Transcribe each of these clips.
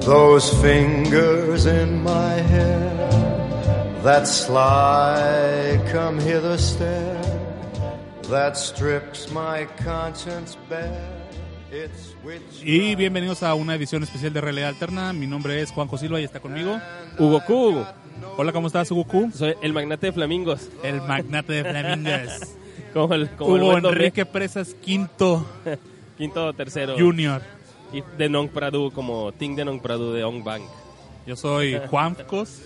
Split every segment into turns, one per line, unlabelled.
Those fingers in my hair, that sly come hither stare, that strips my conscience bare. It's which
Y bienvenidos a una edición especial de Realidad Alterna. Mi nombre es Juanjo Silva y está conmigo Hugo Q. Hola, ¿cómo estás, Hugo Q?
Soy el magnate de flamingos.
El magnate de Flamingas.
Como el, como el
Hugo
buen doble.
Enrique Presas Quinto
Quinto o tercero.
Junior.
Y de Nong Pradu, como Ting de Nong Pradu de Ong Bang.
Yo soy Juancos.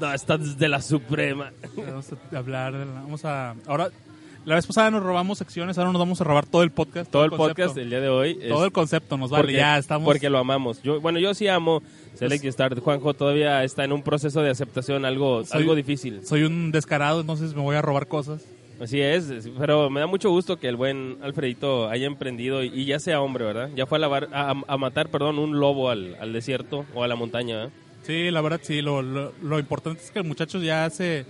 No, estás de la suprema.
Vamos a hablar, de la- vamos a... Ahora, la vez pasada nos robamos secciones, ahora nos vamos a robar todo el podcast.
Todo el
concepto.
podcast del día de hoy. es
Todo el concepto nos vale,
porque,
ya estamos...
Porque lo amamos. Yo, bueno, yo sí amo Select y Start. Juanjo todavía está en un proceso de aceptación algo,
Soy-
algo difícil.
Soy un descarado, entonces me voy a robar cosas.
Así es, es- pero me da mucho gusto que el buen Alfredito haya emprendido y, y ya sea hombre, ¿verdad? Ya fue a, lavar- a, a matar, perdón, un lobo al, al desierto o a la montaña, ¿verdad?
Sí, la verdad sí, lo, lo, lo importante es que el muchacho ya se,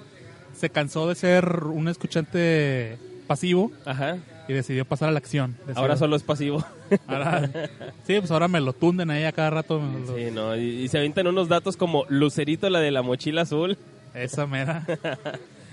se cansó de ser un escuchante pasivo
Ajá.
y decidió pasar a la acción. Decidió-
Ahora solo es pasivo.
ahora- sí, pues ahora me lo tunden ahí a cada rato. me lo-
Sí, no, y, y se avientan unos datos como Lucerito, la de la mochila azul.
Esa mera.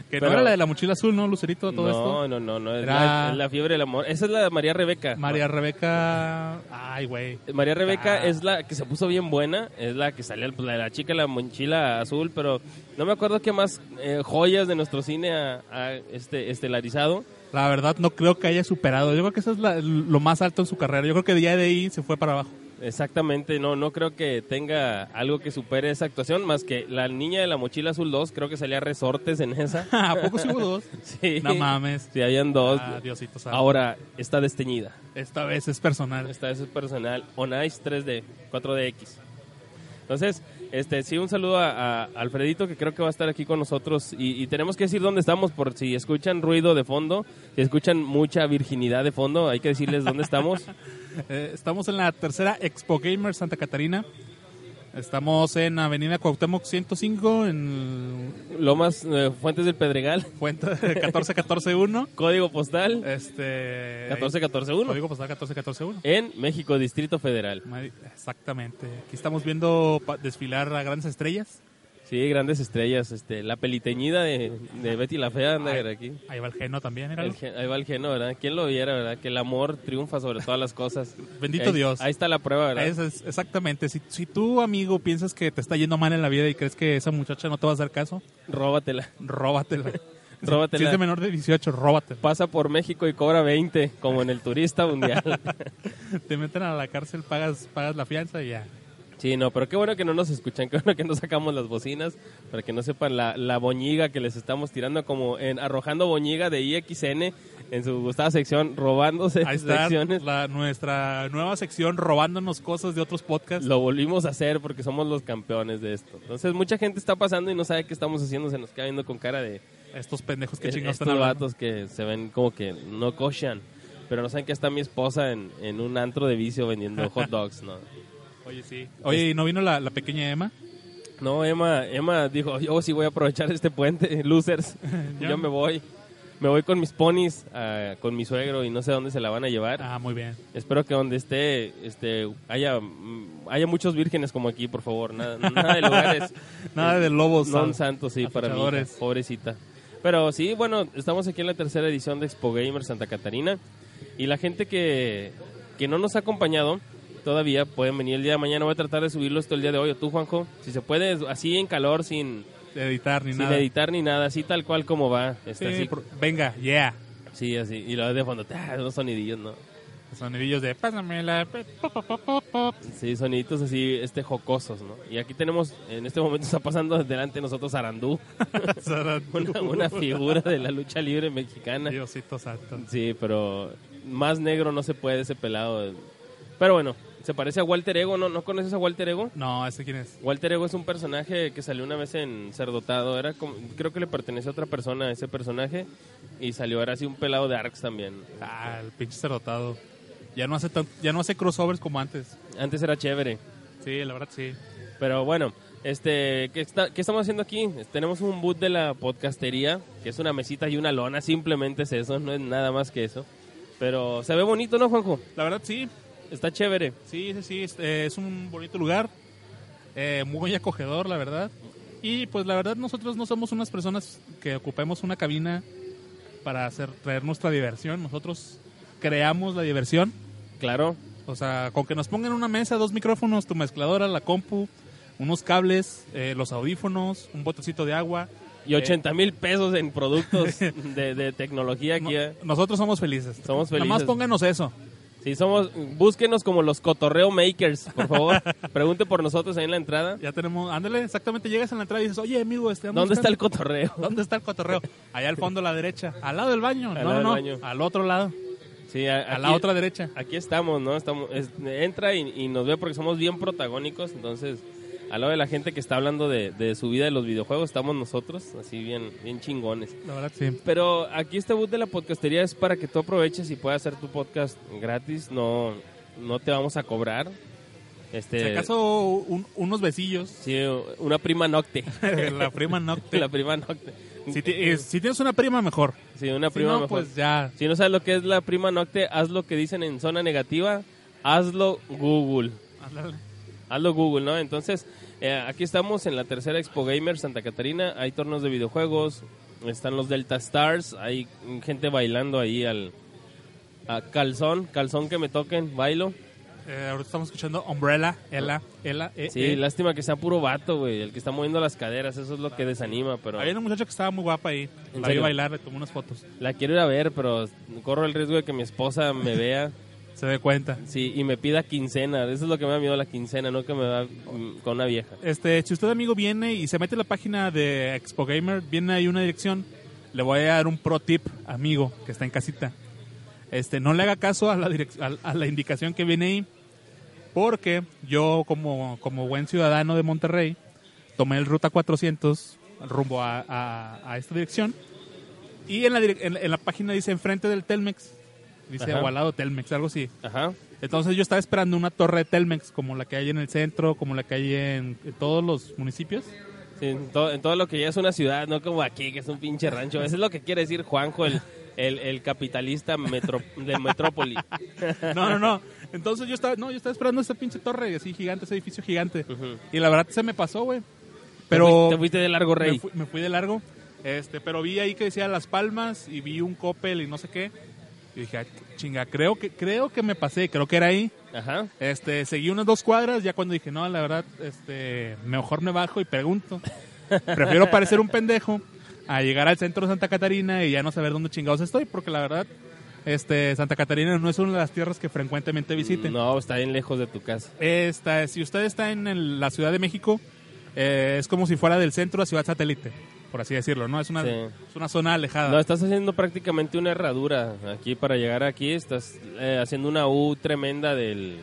Que
Pero-
no era la de la mochila azul, ¿no, Lucerito? Todo
no,
esto.
no, no, no, es
Era-
la, es la fiebre del amor. Esa es la de María Rebeca.
María Rebeca. Ay, güey.
Ma- María Rebeca
Ah.
es la que se puso bien buena, es la que salía pues, la, de la chica, la mochila azul, pero no me acuerdo qué más eh, joyas de nuestro cine ha- ha, este, estelarizado.
La verdad no creo que haya superado. Yo creo que eso es la- lo más alto en su carrera. Yo creo que ya de ahí se fue para abajo.
Exactamente, no, no creo que tenga algo que supere esa actuación, más que la niña de la mochila azul 2, creo que salía resortes en esa.
¿A poco sí hubo dos?
Sí.
No mames.
Sí, habían dos.
Ah, Diosito santo.
Ahora está desteñida.
Esta vez es personal.
Esta vez es personal. On Ice 3D, 4DX. Entonces, este, sí, un saludo a, a Alfredito, que creo que va a estar aquí con nosotros. Y, y tenemos que decir dónde estamos, por si escuchan ruido de fondo, si escuchan mucha virginidad de fondo, hay que decirles dónde estamos.
Eh, estamos en la tercera Expo Gamer Santa Catarina. Estamos en Avenida Cuauhtémoc 105 en
Lomas, eh, Fuentes del Pedregal,
cuenta 14141.
código postal
Este
14141,
Código postal 14141.
en México, Distrito Federal.
Mari- Exactamente. Aquí estamos viendo pa- desfilar a grandes estrellas.
Sí, grandes estrellas. Este, la peliteñida de, de Betty la Fea anda
Ay.
aquí.
Ahí va el Geno también, míralo.
El gen- ahí va el geno, ¿verdad? ¿Quién lo viera, verdad? Que el amor triunfa sobre todas las cosas.
Bendito
Ahí-
Dios.
Ahí está la prueba, ¿verdad?
Es- es- exactamente. Si, si tú, amigo, piensas que te está yendo mal en la vida y crees que esa muchacha no te va a hacer caso,
Róbatela.
róbatela. Si-
Róbatela.
Si es de menor de 18, róbatela.
Pasa por México y cobra 20, como en el turista mundial.
Te meten a la cárcel, pagas, pagas la fianza y ya.
sí, no, pero qué bueno que no nos escuchan, qué bueno que no sacamos las bocinas, para que no sepan la, la boñiga que les estamos tirando, como en arrojando boñiga de IXN en su gustada sección, robándose
Ahí está
Este, secciones.
la- nuestra nueva sección robándonos cosas de otros podcasts.
Lo volvimos a hacer porque somos los campeones de esto. Entonces, mucha gente está pasando y no sabe qué estamos haciendo, se nos queda viendo con cara de.
Estos pendejos que
Es-
chingados
Eh, estos
están hablando.
vatos que se ven como que no cochan. Pero no saben que está mi esposa en, en un antro de vicio vendiendo hot dogs, ¿no?
Oye, sí. Oye, ¿y no vino la, la pequeña Emma?
No, Emma, Emma dijo, yo sí voy a aprovechar este puente, losers.
Ya.
yo me voy. Me voy con mis ponis, ah, con mi suegro y no sé dónde se la van a llevar.
Ah, muy bien.
Espero que donde esté este, haya, mm, haya muchos vírgenes como aquí, por favor. Nada, nada de lugares.
Nada de lobos.
Non
¿sabes?
santos, sí, para mí.
Afichadores.
Pobrecita. Pero sí, bueno, estamos aquí en la tercera edición de Expo Gamer Santa Catarina. Y la gente que, que no nos ha acompañado todavía pueden venir el día de mañana. Voy a tratar de subirlo esto el día de hoy. O tú, Juanjo, si se puede, así en calor, sin,
De editar ni
sin
nada.
editar ni nada, así tal cual como va.
Sí,
Está así,
por- venga, yeah.
sí, así. Y lo de fondo, ¡tá! unos sonidillos, ¿no?
Sonidillos de pásame la... pe- pop, pop, pop, pop, pop".
Sí, soniditos así, este, jocosos, ¿no? Y aquí tenemos, en este momento está pasando delante de nosotros Arandú, una, una figura de la lucha libre mexicana.
Diosito santo.
Sí, pero más negro no se puede ese pelado. Pero bueno, se parece a Walter Ego, ¿no? ¿No conoces a Walter Ego?
No, ¿ese quién es?
Walter Ego es un personaje que salió una vez en Cerdotado, era como- creo que le pertenece a otra persona a ese personaje y salió ahora así un pelado de Arx también.
Ah, el pinche cerrotado. Ya no hace tan- ya no hace crossovers como antes.
Antes era chévere,
Sí, la verdad sí.
pero bueno, este, ¿qué, está- qué estamos haciendo aquí? Tenemos un boot de la podcastería, que es una mesita y una lona, simplemente es eso, no es nada más que eso. Pero se ve bonito, ¿no, Juanjo?
La verdad sí.
está chévere.
Sí, sí, sí, es, eh, es un bonito lugar, eh, muy acogedor, la verdad. Y pues la verdad nosotros no somos unas personas que ocupemos una cabina para hacer traer nuestra diversión, nosotros creamos la diversión,
Claro.
o sea, con que nos pongan una mesa, dos micrófonos, tu mezcladora, la compu, unos cables, eh, los audífonos, un botecito de agua.
Y 80 mil pesos en productos de, de tecnología
No-
aquí. eh.
nosotros somos felices.
Somos
Nada más
felices.
pónganos eso.
Sí, somos, búsquenos como los cotorreo makers, por favor. Pregunte por nosotros ahí en la entrada.
Ya tenemos, ándale, exactamente llegas a la entrada y dices, oye amigo, este, ando
¿Dónde está
buscando-
el cotorreo?
¿Dónde está el cotorreo? Allá al fondo a la derecha. Al lado del baño.
Al
no,
lado
no,
del baño.
Al otro lado.
Sí, a,
A la
aquí-
otra derecha.
Aquí estamos, ¿no? Estamos, es- entra y, y nos ve porque somos bien protagónicos. Entonces, al lado de la gente que está hablando de, de su vida de los videojuegos, estamos nosotros, así bien, bien chingones.
La verdad, sí.
Pero aquí este boot de la podcastería es para que tú aproveches y puedas hacer tu podcast gratis. No, no te vamos a cobrar. Este,
Si acaso un- unos besillos.
Sí, una prima nocte.
la prima no.
la prima nocte.
Si, ti- eh, si tienes una prima, mejor.
Sí, una
Si
prima
no,
mejor.
pues ya.
Si no sabes lo que es la prima nocte, haz lo que dicen en zona negativa, hazlo Google.
Ándale.
Hazlo Google, ¿no? Entonces, eh, aquí estamos en la tercera Expo Gamer Santa Catarina. Hay torneos de videojuegos, están los Delta Stars, hay mm, gente bailando ahí al a calzón, calzón que me toquen, bailo.
Eh, ahorita estamos escuchando Umbrella, Ela, Ela, eh,
Sí,
eh.
lástima que sea puro vato, güey, el que está moviendo las caderas, eso es lo que desanima, pero
Había una muchacha que estaba muy guapa ahí.
¿En
La vi
serio?
bailar, le tomé unas fotos.
la quiero ir a ver, pero corro el riesgo de que mi esposa me vea.
Se dé cuenta.
Sí, y me pida quincena. Eso es lo que me da miedo la quincena, no que me da mm, con una vieja.
Este, si usted amigo viene y se mete a la página de Expo Gamer, viene ahí una dirección, le voy a dar un pro tip, amigo, que está en casita. Este, no le haga caso a la, direc- al- a la indicación que viene ahí, porque yo como, como buen ciudadano de Monterrey, tomé el ruta 400 rumbo a, a- a esta dirección, y en la, direc- en, en la página dice enfrente del Telmex, dice
Ajá.
o al lado Telmex, algo así.
Ajá.
Entonces yo estaba esperando una torre de Telmex, como la que hay en el centro, como la que hay en todos los municipios.
Sí, en, to- en todo lo que ya es una ciudad, no como aquí, que es un pinche rancho. Eso es lo que quiere decir Juanjo, el, el, el capitalista metro, de metrópoli.
No, no, no. Entonces yo estaba, no, yo estaba esperando esa pinche torre, así gigante, ese edificio gigigante.
Ujú.
Y la verdad se me pasó, güey.
Te
Pero
fuiste- te fuiste de largo,
me,
Rey.
fui, me fui de largo. Este, pero vi ahí que decía Las Palmas y vi un Coppel y no sé qué. Y dije, "Ah, chinga, creo que creo que me pasé, creo que era ahí.
Ajá.
Este, seguí unas dos cuadras, ya cuando dije, no, la verdad, este, mejor me bajo y pregunto. Prefiero parecer un pendejo a llegar al centro de Santa Catarina y ya no saber dónde chingados estoy, porque la verdad, este, Santa Catarina no es una de las tierras que frecuentemente visiten.
No, está bien lejos de tu casa.
Esta, si usted está en el- la Ciudad de México, eh, es como si fuera del centro a Ciudad Satélite, por así decirlo, ¿no? Es una,
Sí.
es una zona alejada.
No, estás haciendo prácticamente una herradura aquí para llegar aquí. Estás eh, haciendo una U tremenda del,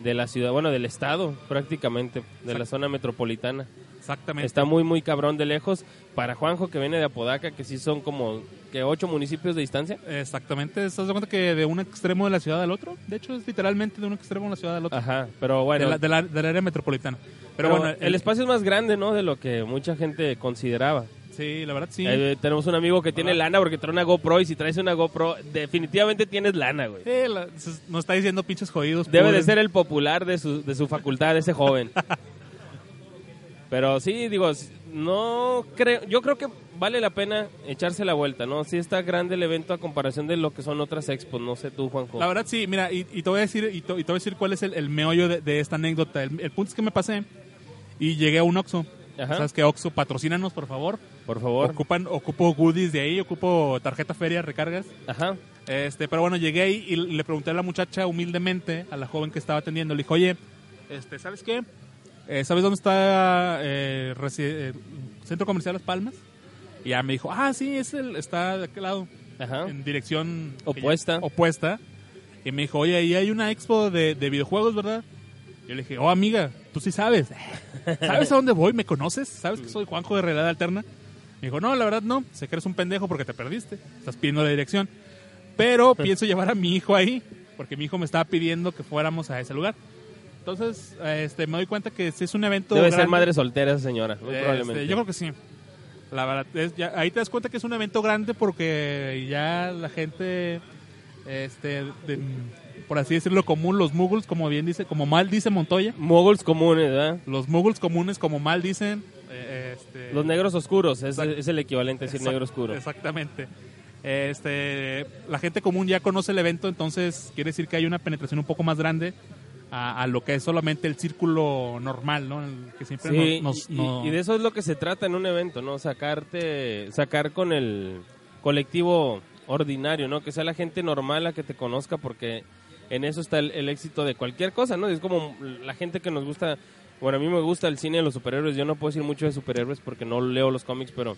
de la ciudad, bueno, del estado prácticamente, de la zona metropolitana.
Exactamente.
Está muy, muy cabrón de lejos. Para Juanjo, que viene de Apodaca, que sí son como que ocho municipios de distancia.
Exactamente. ¿Estás de cuenta que de un extremo de la ciudad al otro? De hecho, es literalmente de un extremo de la ciudad al otro.
Ajá, pero bueno.
de la, de la- del área metropolitana. Pero,
pero
bueno,
el, espacio es más grande, ¿no? De lo que mucha gente consideraba.
Sí, la verdad sí. Ah.
Eh, tenemos un amigo que tiene
Ajá.
lana porque trae una GoPro y si traes una GoPro, definitivamente tienes lana, güey.
Sí, la- se- nos está diciendo pinches jodidos.
Debe de
pobres.
ser el popular de su, de su facultad, ese joven. Pero sí, digo, s- no creo, yo creo que vale la pena echarse la vuelta, ¿no? Sí está grande el evento a comparación de lo que son otras expos, no sé tú, Juanjo.
La verdad sí, mira, y, y te voy a decir, y te, y te voy a decir cuál es el, el meollo de, de esta anécdota. El, el punto es que me pasé y llegué a un Oxxo.
Ajá.
¿Sabes qué? Oxxo, patrocínanos, por favor.
Por favor.
Ocupan, ocupo goodies de ahí, ocupo tarjeta feria, recargas.
Ajá.
Este, pero bueno, llegué ahí y le pregunté a la muchacha humildemente, a la joven que estaba atendiendo, le dije, oye, este, ¿sabes qué? Eh, ¿Sabes dónde está eh, resi- eh, Centro Comercial Las Palmas? Y ya me dijo, ah, sí, es el, está de aquel lado,
Ajá.
en dirección
Opuesta.
opuesta. Y me dijo, oye, ahí hay una expo de, de videojuegos, ¿verdad? Yo le dije, oh, amiga, tú sí sabes. ¿Sabes a dónde voy? ¿Me conoces? ¿Sabes que soy Juanjo de Realidad Alterna? Me dijo, no, la verdad no. Sé que eres un pendejo porque te perdiste. Estás pidiendo la dirección. Pero pienso llevar a mi hijo ahí porque mi hijo me estaba pidiendo que fuéramos a ese lugar. Entonces, eh, este, me doy cuenta que sí es un evento
Debe ser
grande.
madre soltera esa señora, muy
Este,
probablemente.
yo creo que sí. La verdad, es- ya- ahí te das cuenta que es un evento grande porque ya la gente este, de- por así decirlo, común, los muggles, como bien dice, como mal dice Montoya.
Moguls comunes, ¿verdad?
Los muggles comunes, como mal dicen. eh, este,
Los negros oscuros, es,
Exacto.
es el equivalente a decir
Exact-
negro oscuro.
Exactamente. Este, la gente común ya conoce el evento, entonces quiere decir que hay una penetración un poco más grande a, a lo que es solamente el círculo normal, ¿no? El que siempre
Sí,
nos, nos-
y,
no-
y de eso es lo que se trata en un evento, ¿no? Sacarte, sacar con el colectivo ordinario, ¿no? Que sea la gente normal la que te conozca, porque en eso está el, el éxito de cualquier cosa, ¿no? Es como la gente que nos gusta, bueno, a mí me gusta el cine de los superhéroes, yo no puedo decir mucho de superhéroes porque no leo los cómics, pero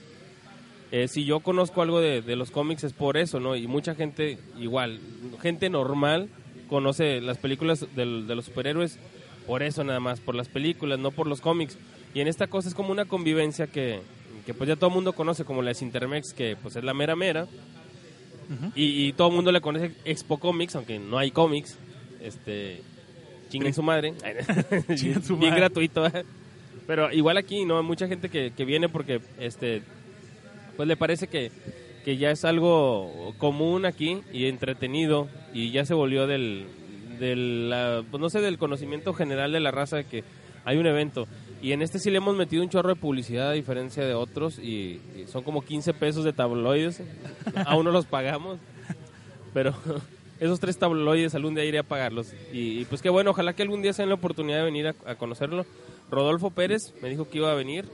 eh, si yo conozco algo de, de los cómics es por eso, ¿no? Y mucha gente, igual, gente normal conoce las películas del- de los superhéroes por eso nada más, por las películas, no por los cómics. Y en esta cosa es como una convivencia que, que pues ya todo el mundo conoce, como las Intermex, que pues es la mera mera. y, y todo el mundo le conoce Expo Comics, aunque no hay cómics. Este, chinguen su madre.
Chinguen su
Bien
madre.
gratuito. ¿eh? Pero igual aquí, ¿no? Hay mucha gente que, que viene porque este, pues le parece que, que ya es algo común aquí y entretenido y ya se volvió del, del la- pues no sé, del conocimiento general de la raza de que hay un evento. Y en este sí le hemos metido un chorro de publicidad a diferencia de otros y, y son como 15 pesos de tabloides. Aún no los pagamos, pero esos tres tabloides algún día iré a pagarlos. Y, y pues qué bueno, ojalá que algún día se den la oportunidad de venir a, a conocerlo. Rodolfo Pérez me dijo que iba a venir.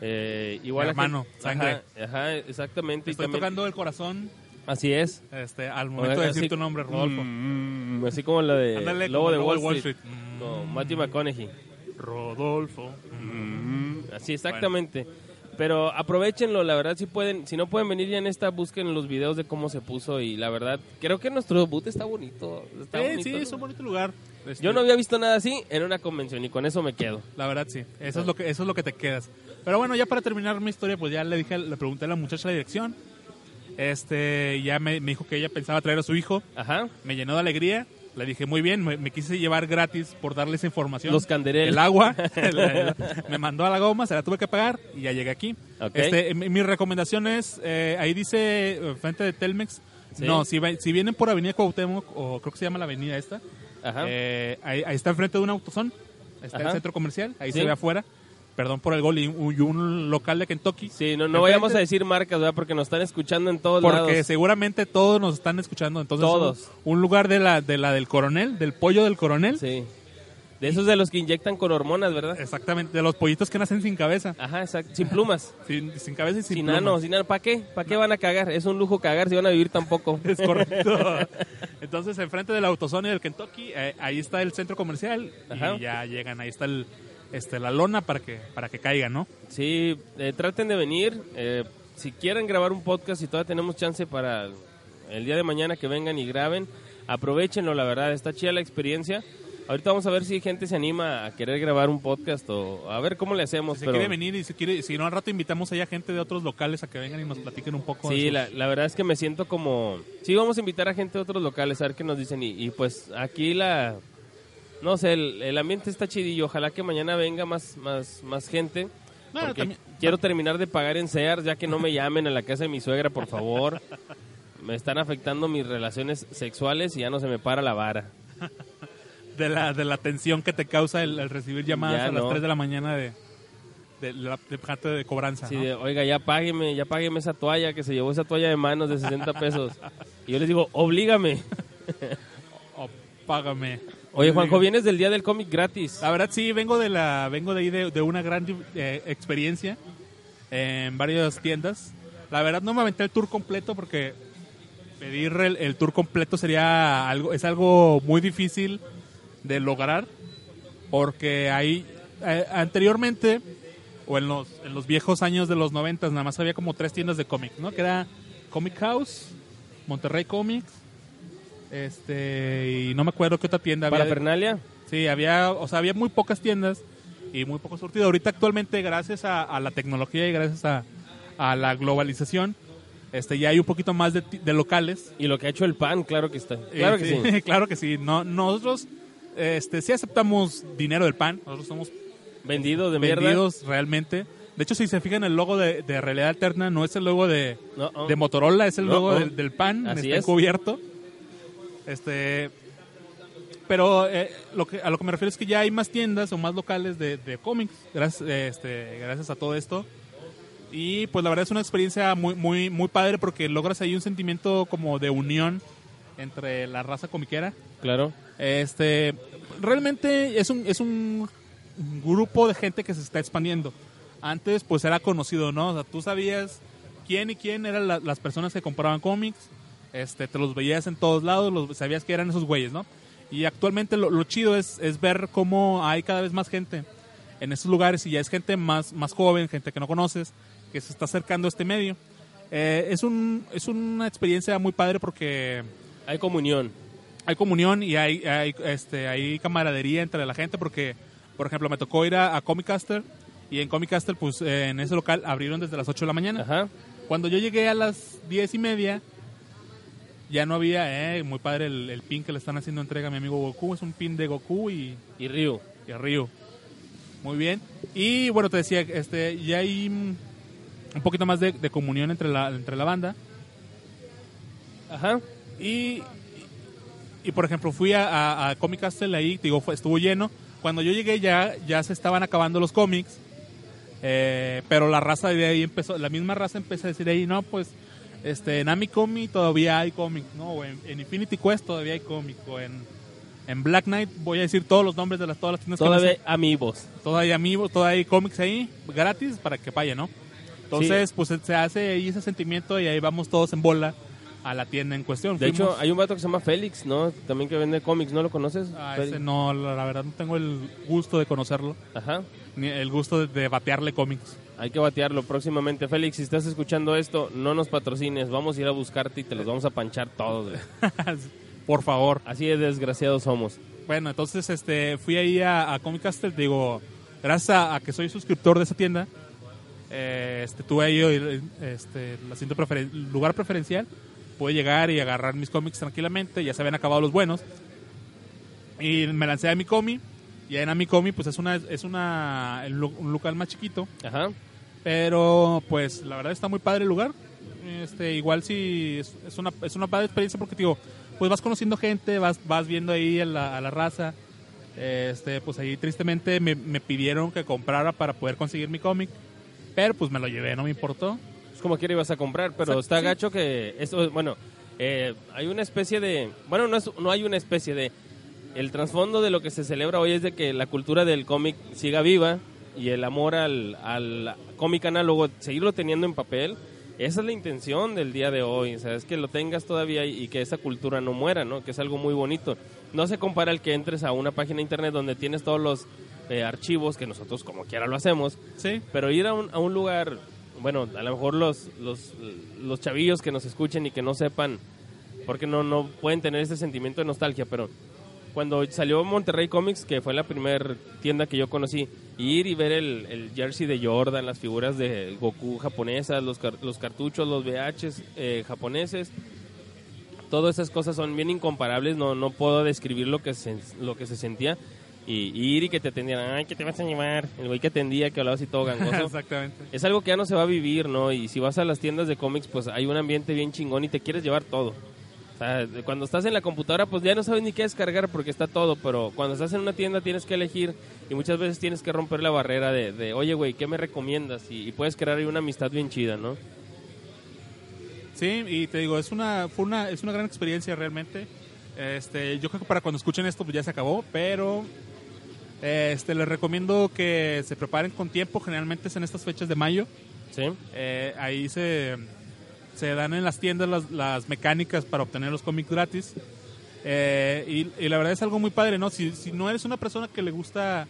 Eh, igual la
Hermano,
gente-
sangre.
Ajá, Ajá, exactamente. y
estoy
también-
tocando el corazón
Así es.
este, al momento de
Así-
decir tu nombre, Rodolfo.
Mm, así como la de
Ándale,
Lobo
como
de
Lobo
Wall,
de Wall
Street.
Street. Mm.
No, Matthew McConaughey.
Rodolfo. Mm.
Así exactamente. Pero aprovechenlo, la verdad, si pueden, si no pueden venir ya en esta, busquen los videos de cómo se puso y la verdad, creo que nuestro boot está bonito. Está
Eh,
bonito,
sí,
¿no?
es un bonito lugar. Este,
Yo no había visto nada así en una convención y con eso me quedo.
La verdad, sí. Eso es, lo que, eso es lo que te quedas. Pero bueno, ya para terminar mi historia, pues ya le dije, le pregunté a la muchacha la dirección. Este, ya me, me dijo que ella pensaba traer a su hijo.
Ajá.
Me llenó de alegría. Le dije, muy bien, me, me quise llevar gratis por darle esa información.
Los candereles.
El agua. el- el- me mandó a la goma, se la tuve que pagar y ya llegué aquí.
Ok.
Este, mi, mi recomendación es, eh, ahí dice, eh, frente de Telmex.
Sí.
No, si, va- si vienen por Avenida Cuauhtémoc, o creo que se llama la avenida esta,
Ajá.
eh, ahí, ahí está enfrente de un autosón. Está
Ajá.
el centro comercial. Ahí
Sí.
se ve afuera. Perdón por el gol. Y un, y un local de Kentucky.
sí, no,
Enfrente,
no vayamos a decir marcas, ¿verdad? Porque nos están escuchando en todos
Porque
lados.
seguramente todos nos están escuchando. Entonces,
Todos.
Un, un lugar de la, de la del coronel, del pollo del coronel.
Sí. De esos de los que inyectan con hormonas, ¿verdad?
Exactamente. De los pollitos que nacen sin cabeza.
Ajá, exacto. Sin plumas.
Sin, sin cabeza y sin,
Sin
pluma.
ano, sin ano. ¿Para qué? ¿Para qué van a cagar? Es un lujo cagar si van a vivir tampoco.
Es correcto. Entonces, enfrente del autosón y del Kentucky, eh, ahí está el centro comercial.
Ajá.
Y ya llegan. Ahí está el, este, la lona para que, para que caigan, ¿no?
Sí, eh, traten de venir. eh, si quieren grabar un podcast y todavía tenemos chance para el día de mañana que vengan y graben, aprovechenlo, la verdad, está chida la experiencia. Ahorita vamos a ver si gente se anima a querer grabar un podcast o a ver cómo le hacemos.
Si se
pero-
quiere venir y si quiere, si no al rato invitamos allá gente de otros locales a que vengan y nos platiquen un poco. de
Sí,
sus-
la, la verdad es que me siento como... Sí, vamos a invitar a gente de otros locales a ver qué nos dicen. Y, y pues aquí la... No sé, el, el ambiente está chidillo. Ojalá que mañana venga más, más, más gente.
No,
porque
también-
quiero terminar de pagar en Sears, ya que no me llamen a la casa de mi suegra, por favor. Me están afectando mis relaciones sexuales y ya no se me para la vara.
de la de la tensión que te causa el, el recibir llamadas
Ya
a las
no.
3 de la mañana de de la de, parte de cobranza.
Así
¿no?
de, oiga, ya págueme, ya págueme esa toalla que se llevó esa toalla de manos de 60 pesos. Y yo les digo, oblígame.
O Oh, págame.
Oye, Juanjo, vienes del día del cómic gratis.
Pues, La verdad sí vengo de la vengo de ahí de, de una gran eh, experiencia en varias tiendas. La verdad no me aventé el tour completo porque pedir el, el tour completo sería algo es algo muy difícil de lograr porque ahí eh, anteriormente o en los en los viejos años de los noventas nada más había como tres tiendas de cómics, ¿no? Que era Comic House, Monterrey Comics, este y no me acuerdo qué otra tienda
¿Para
había.
Fernalia?
Sí, había, o sea, había muy pocas tiendas y muy poco surtido. Ahorita actualmente, gracias a, a la tecnología y gracias a, a la globalización, este, ya hay un poquito más de, ti- de locales.
Y lo que ha hecho el pan, claro que está.
Eh,
Claro que sí.
claro que sí. No, nosotros este, sí aceptamos dinero del pan. Nosotros somos
Vendido de mierda.
vendidos realmente. De hecho, si se fijan, el logo de, de Realidad Alterna no es el logo de,
No, oh.
de Motorola, es el
No,
logo
oh.
del, del PAN,
Así
está
es.
encubierto. Este, Pero eh, lo que, a lo que me refiero es que ya hay más tiendas o más locales de, de cómics gracias, eh, este, gracias a todo esto. Y pues la verdad es una experiencia muy, muy, muy padre porque logras ahí un sentimiento como de unión entre la raza comiquera.
Claro.
Este, realmente es un, es un grupo de gente que se está expandiendo. Antes, pues era conocido, ¿no? O sea, tú sabías quién y quién eran la- las personas que compraban cómics. Este, te los veías en todos lados, los, sabías que eran esos güeyes, ¿no? Y actualmente lo, lo chido es, es ver cómo hay cada vez más gente en esos lugares y ya es gente más, más joven, gente que no conoces, que se está acercando a este medio. Eh, es, un, es una experiencia muy padre porque
Hay comunión.
hay comunión y hay, hay, este, hay camaradería entre la gente porque, por ejemplo, me tocó ir a, a Comic Caster y en Comic Caster, pues eh, en ese local abrieron desde las 8 de la mañana.
Ajá.
Cuando yo llegué a las 10 y media, ya no había, eh, muy padre el, el pin que le están haciendo entrega a mi amigo Goku, es un pin de Goku y,
Y Ryu.
y Ryu. Muy bien. Y bueno, te decía, este, ya hay mm, un poquito más de, de comunión entre la, entre la banda.
Ajá.
Y, y por ejemplo, fui a, a- a Comic Castle ahí, te digo, fue- estuvo lleno. Cuando yo llegué ya, ya se estaban acabando los cómics. eh, pero la raza de ahí empezó, la misma raza empezó a decir ahí, no, pues, este, en Amicomi todavía hay cómics, ¿no? O en, en Infinity Quest todavía hay cómics, o en, en Black Knight, voy a decir todos los nombres de las, todas las tiendas que me sé
Todavía amigos.
todavía amigos, todavía hay cómics ahí, gratis, para que vaya, ¿no? Entonces, pues se hace ahí ese sentimiento y ahí vamos todos en bola a la tienda en cuestión.
De
Fuimos
hecho, hay un vato que se llama Félix, ¿no? También que vende cómics, ¿no lo conoces?
a
Félix.
Ah, ese no, la la verdad no tengo el gusto de conocerlo,
Ajá.
ni el gusto de, de batearle cómics.
Hay que batearlo próximamente. Félix, si estás escuchando esto, no nos patrocines. Vamos a ir a buscarte y te los vamos a panchar todos. güey.
Por favor.
Así de desgraciados somos.
Bueno, entonces este fui ahí a, a Comic Castle, digo, gracias a, a que soy suscriptor de esa tienda, eh, este, tuve ahí el- este, el asiento preferen- lugar preferencial, pude llegar y agarrar mis cómics tranquilamente, ya se habían acabado los buenos, y me lancé a mi comi, y en mi comi pues es una es una el lu- un local más chiquito,
Ajá.
pero pues la verdad está muy padre el lugar. Este, igual si es, es una, es una padre experiencia porque digo, pues vas conociendo gente, vas, vas viendo ahí a la, a la raza. Este, pues ahí tristemente me, me pidieron que comprara para poder conseguir mi cómic, pero pues me lo llevé, no me importó.
Es como quiera ibas a comprar, pero
Exacto,
está
sí.
gacho que esto, bueno, eh, hay una especie de, bueno, no, es, no hay una especie de, el trasfondo de lo que se celebra hoy es de que la cultura del cómic siga viva y el amor al, al cómic análogo, seguirlo teniendo en papel, esa es la intención del día de hoy, o sea, es que lo tengas todavía y, y que esa cultura no muera, ¿no? Que es algo muy bonito. No se compara el que entres a una página de internet donde tienes todos los eh, archivos, que nosotros como quiera lo hacemos,
Sí,
pero ir a un, a un lugar, bueno, a lo mejor los, los, los chavillos que nos escuchen y que no sepan, porque no, no pueden tener ese sentimiento de nostalgia, pero cuando salió Monterrey Comics, que fue la primera tienda que yo conocí, ir y ver el, el jersey de Jordan, las figuras de Goku japonesas, los, car- los cartuchos, los VHs eh, japoneses, todas esas cosas son bien incomparables, no, no puedo describir lo que se, lo que se sentía. Y, y ir y que te atendían, ay, ¿qué te vas a llevar? El güey que atendía, que hablaba así todo gangoso.
exactamente.
es algo que ya no se va a vivir, ¿no? Y si vas a las tiendas de cómics, pues hay un ambiente bien chingón y te quieres llevar todo. O sea, cuando estás en la computadora, pues ya no sabes ni qué descargar porque está todo, pero cuando estás en una tienda tienes que elegir y muchas veces tienes que romper la barrera de, de, oye, güey, ¿qué me recomiendas? Y, y puedes crear ahí una amistad bien chida, ¿no?
Sí, y te digo, es una, fue una, es una gran experiencia realmente. Este, yo creo que para cuando escuchen esto pues ya se acabó, pero este, les recomiendo que se preparen con tiempo, generalmente es en estas fechas de mayo.
¿Sí?
Eh, ahí se, se dan en las tiendas las, las mecánicas para obtener los cómics gratis. Eh, y, y la verdad es algo muy padre, ¿no? Si, si no eres una persona que le gusta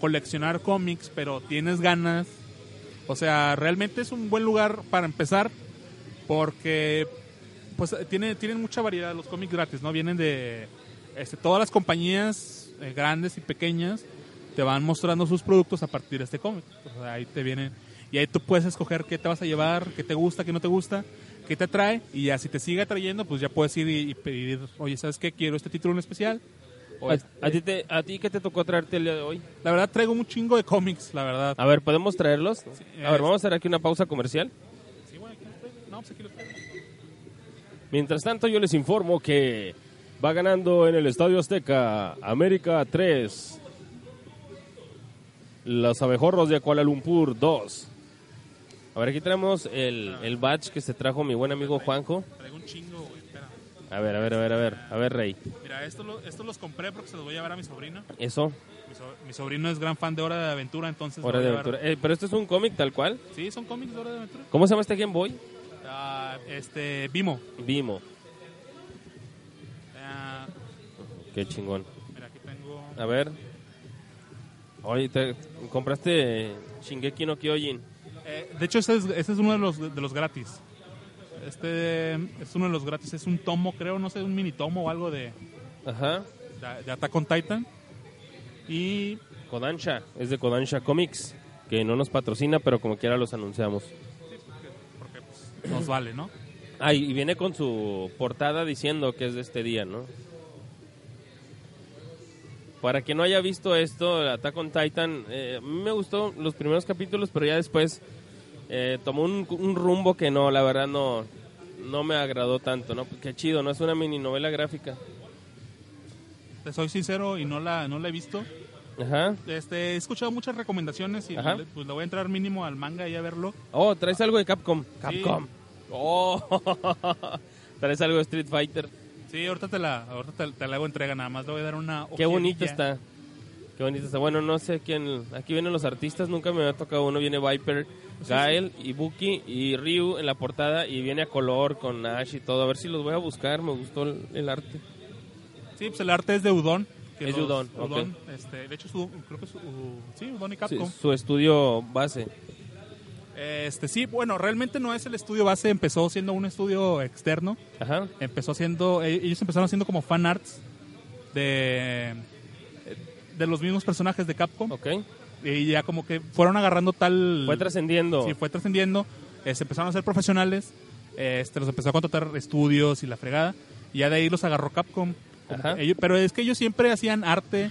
coleccionar cómics, pero tienes ganas, o sea, realmente es un buen lugar para empezar porque pues tiene, tienen mucha variedad los cómics gratis, ¿no? Vienen de este, todas las compañías eh, grandes y pequeñas te van mostrando sus productos a partir de este cómic. O sea, ahí te vienen y ahí tú puedes escoger qué te vas a llevar, qué te gusta, qué no te gusta, qué te atrae y ya si te sigue atrayendo, pues ya puedes ir y, y pedir, oye, ¿sabes qué? Quiero este título en especial. O
¿A,
este-
a ti te- ¿A ti qué te tocó traerte el día de hoy?
La verdad traigo un chingo de cómics, la verdad.
A ver, ¿podemos traerlos?
eh,
a ver, vamos a hacer aquí una pausa comercial.
Sí, bueno, aquí los traigo. No, pues aquí los traigo.
Mientras tanto, yo les informo que Va ganando en el Estadio Azteca, América 3. Los abejorros de Kuala Lumpur 2. A ver, aquí tenemos el, el badge que se trajo mi buen amigo Juanjo.
Traigo un chingo, güey. Espera.
A ver, a ver, a ver, a ver. A ver, Rey.
Mira, estos esto los compré porque se los voy a llevar a mi sobrino.
Eso,
Mi, so- mi sobrino es gran fan de Hora de Aventura, entonces.
Hora
lo voy
de
a Pues llevar.
Aventura. Eh, pero esto es un cómic tal cual.
Sí, son cómics de Hora de Aventura.
¿Cómo se llama este Game Boy?
Ah, este, Vimo.
Vimo.
Ah,
Qué chingón.
mira, aquí tengo.
A ver. Oye, te compraste Shingeki no Kyojin.
Eh, de hecho, este es, este es uno de los, de los gratis. Este es uno de los gratis. Es un tomo, creo, no sé, un mini tomo o algo de,
Ajá.
de, de Attack on Titan. Y
Kodansha. Es de Kodansha Comics. Que no nos patrocina, pero como quiera los anunciamos.
porque pues, nos vale, ¿no?
Ah, y viene con su portada diciendo que es de este día, ¿no? Para quien no haya visto esto, Attack on Titan, eh, a mí me gustó los primeros capítulos, pero ya después eh, tomó un, un rumbo que no, la verdad no, no me agradó tanto, ¿no? Pues Qué chido, ¿no? Es una mini novela gráfica.
Te soy sincero y no la, no la he visto.
Ajá.
Este, he escuchado muchas recomendaciones y
Ajá.
le- pues le voy a entrar mínimo al manga y a verlo.
Oh, traes algo de Capcom.
Capcom.
Oh, traes algo de Street Fighter.
Sí, ahorita te la, ahorita te, te la hago entrega nada más. Le voy a dar una
Qué
ojeadilla.
bonito está. Qué bonito está. Bueno, no sé quién. Aquí vienen los artistas, nunca me había tocado uno. Viene Viper, Gael, Ibuki y Ryu en la portada. Y viene a color con Ash y todo. A ver si los voy a buscar. Me gustó el, el arte.
Sí, pues el arte es de Udon. que
Es
los-
Udon, ok.
este, de hecho, es Udon- creo que es U- sí, Udon y
Sí,
Capcom.
su estudio base.
Este, sí, bueno, realmente no es el estudio base, empezó siendo un estudio externo.
Ajá.
Empezó siendo, e- ellos empezaron haciendo como fan arts de, eh, de los mismos personajes de Capcom.
Ok.
Y ya como que fueron agarrando tal...
Fue trascendiendo.
Sí, fue trascendiendo. eh, se empezaron a ser profesionales. eh, este, los empezó a contratar estudios y la fregada. Y ya de ahí los agarró Capcom. Como
Ajá.
que ellos- pero es que ellos siempre hacían arte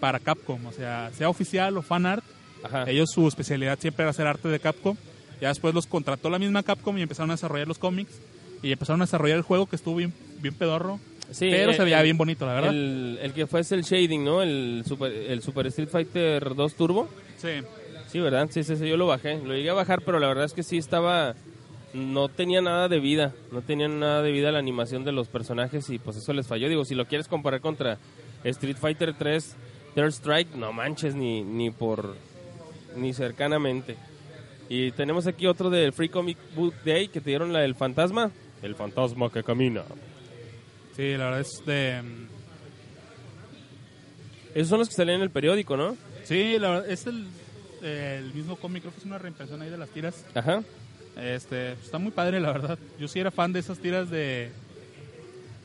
para Capcom. O sea, sea oficial o fan art.
Ajá.
Ellos su especialidad siempre era hacer arte de Capcom. Ya después los contrató la misma Capcom y empezaron a desarrollar los cómics. Y empezaron a desarrollar el juego que estuvo bien, bien pedorro.
Sí,
pero
eh,
se veía
el-
bien bonito, la verdad.
El, el que fue es el shading, ¿no? El Super, el Super Street Fighter 2 Turbo.
sí.
Sí, ¿verdad? Sí, sí, sí, yo lo bajé. Lo llegué a bajar, pero la verdad es que sí estaba... No tenía nada de vida. No tenía nada de vida la animación de los personajes y pues eso les falló. Digo, si lo quieres comparar contra Street Fighter 3, Third Strike, no manches ni, ni por... ni cercanamente. Y tenemos aquí otro del Free Comic Book Day que te dieron la del fantasma. El fantasma que camina.
Sí, la verdad es de. mm,
Esos son los que salen en el periódico, ¿no?
Sí, la verdad es el, el mismo cómic. Creo que es una reimpresión ahí de las tiras.
Ajá.
Este, pues, está muy padre, la verdad. Yo sí era fan de esas tiras de.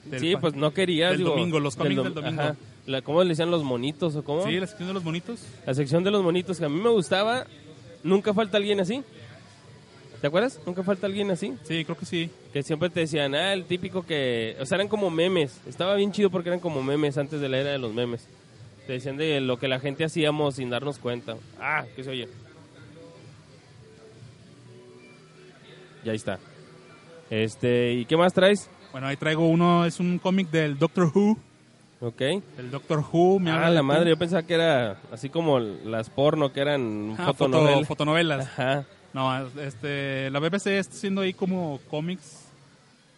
del
sí,
fa-
pues no quería.
del
digo,
domingo, los cómics del domingo.
ajá. La- ¿Cómo le decían los monitos o cómo?
Sí, la sección de los bonitos.
La sección de los monitos que a mí me gustaba, nunca falta alguien así. ¿Te acuerdas? Nunca falta alguien así.
Sí, creo que sí.
Que siempre te decían, ah, el típico que... O sea, eran como memes. Estaba bien chido porque eran como memes antes de la era de los memes. Te decían de lo que la gente hacíamos sin darnos cuenta. Ah, ¿qué se oye? Y ahí está. Este, ¿y qué más traes?
Bueno, ahí traigo uno. Es un cómic del Doctor Who.
Ok.
El Doctor Who me habla
Ah,
de
la
tú.
madre, yo pensaba que era así como las porno que eran
Ah, foto-
fotonovelas.
fotonovelas.
Ajá.
No, este, la BBC está haciendo ahí como cómics.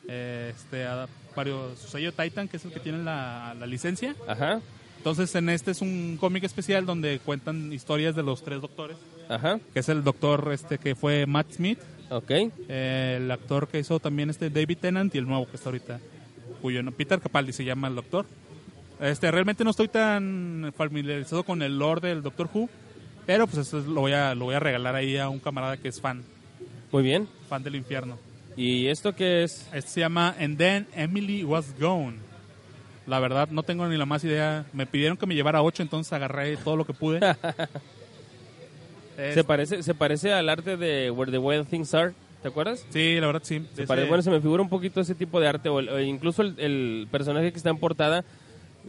eh, Este, a- varios, su sello Titan, que es el que tiene la, la licencia.
Ajá,
Entonces, en este es un cómic especial donde cuentan historias de los tres doctores.
ajá,
Que es el doctor este que fue Matt Smith,
ok.
eh, el actor que hizo también este David Tennant y el nuevo que está ahorita, cuyo no- Peter Capaldi se llama el doctor. Este, realmente no estoy tan familiarizado con el lore del Doctor Who, pero pues eso es- lo voy a lo voy a regalar ahí a un camarada que es fan,
Muy bien.
fan del infierno.
¿Y esto qué es?
Este se llama And Then Emily Was Gone. La verdad no tengo ni la más idea. Me pidieron que me llevara ocho, entonces agarré todo lo que pude. Es-
Se parece, se parece al arte de Where the Wild Things Are, ¿te acuerdas?
sí, la verdad sí.
Se
Ese-
pare- bueno, se me figura un poquito ese tipo de arte, o, el- o incluso el, el personaje que está en portada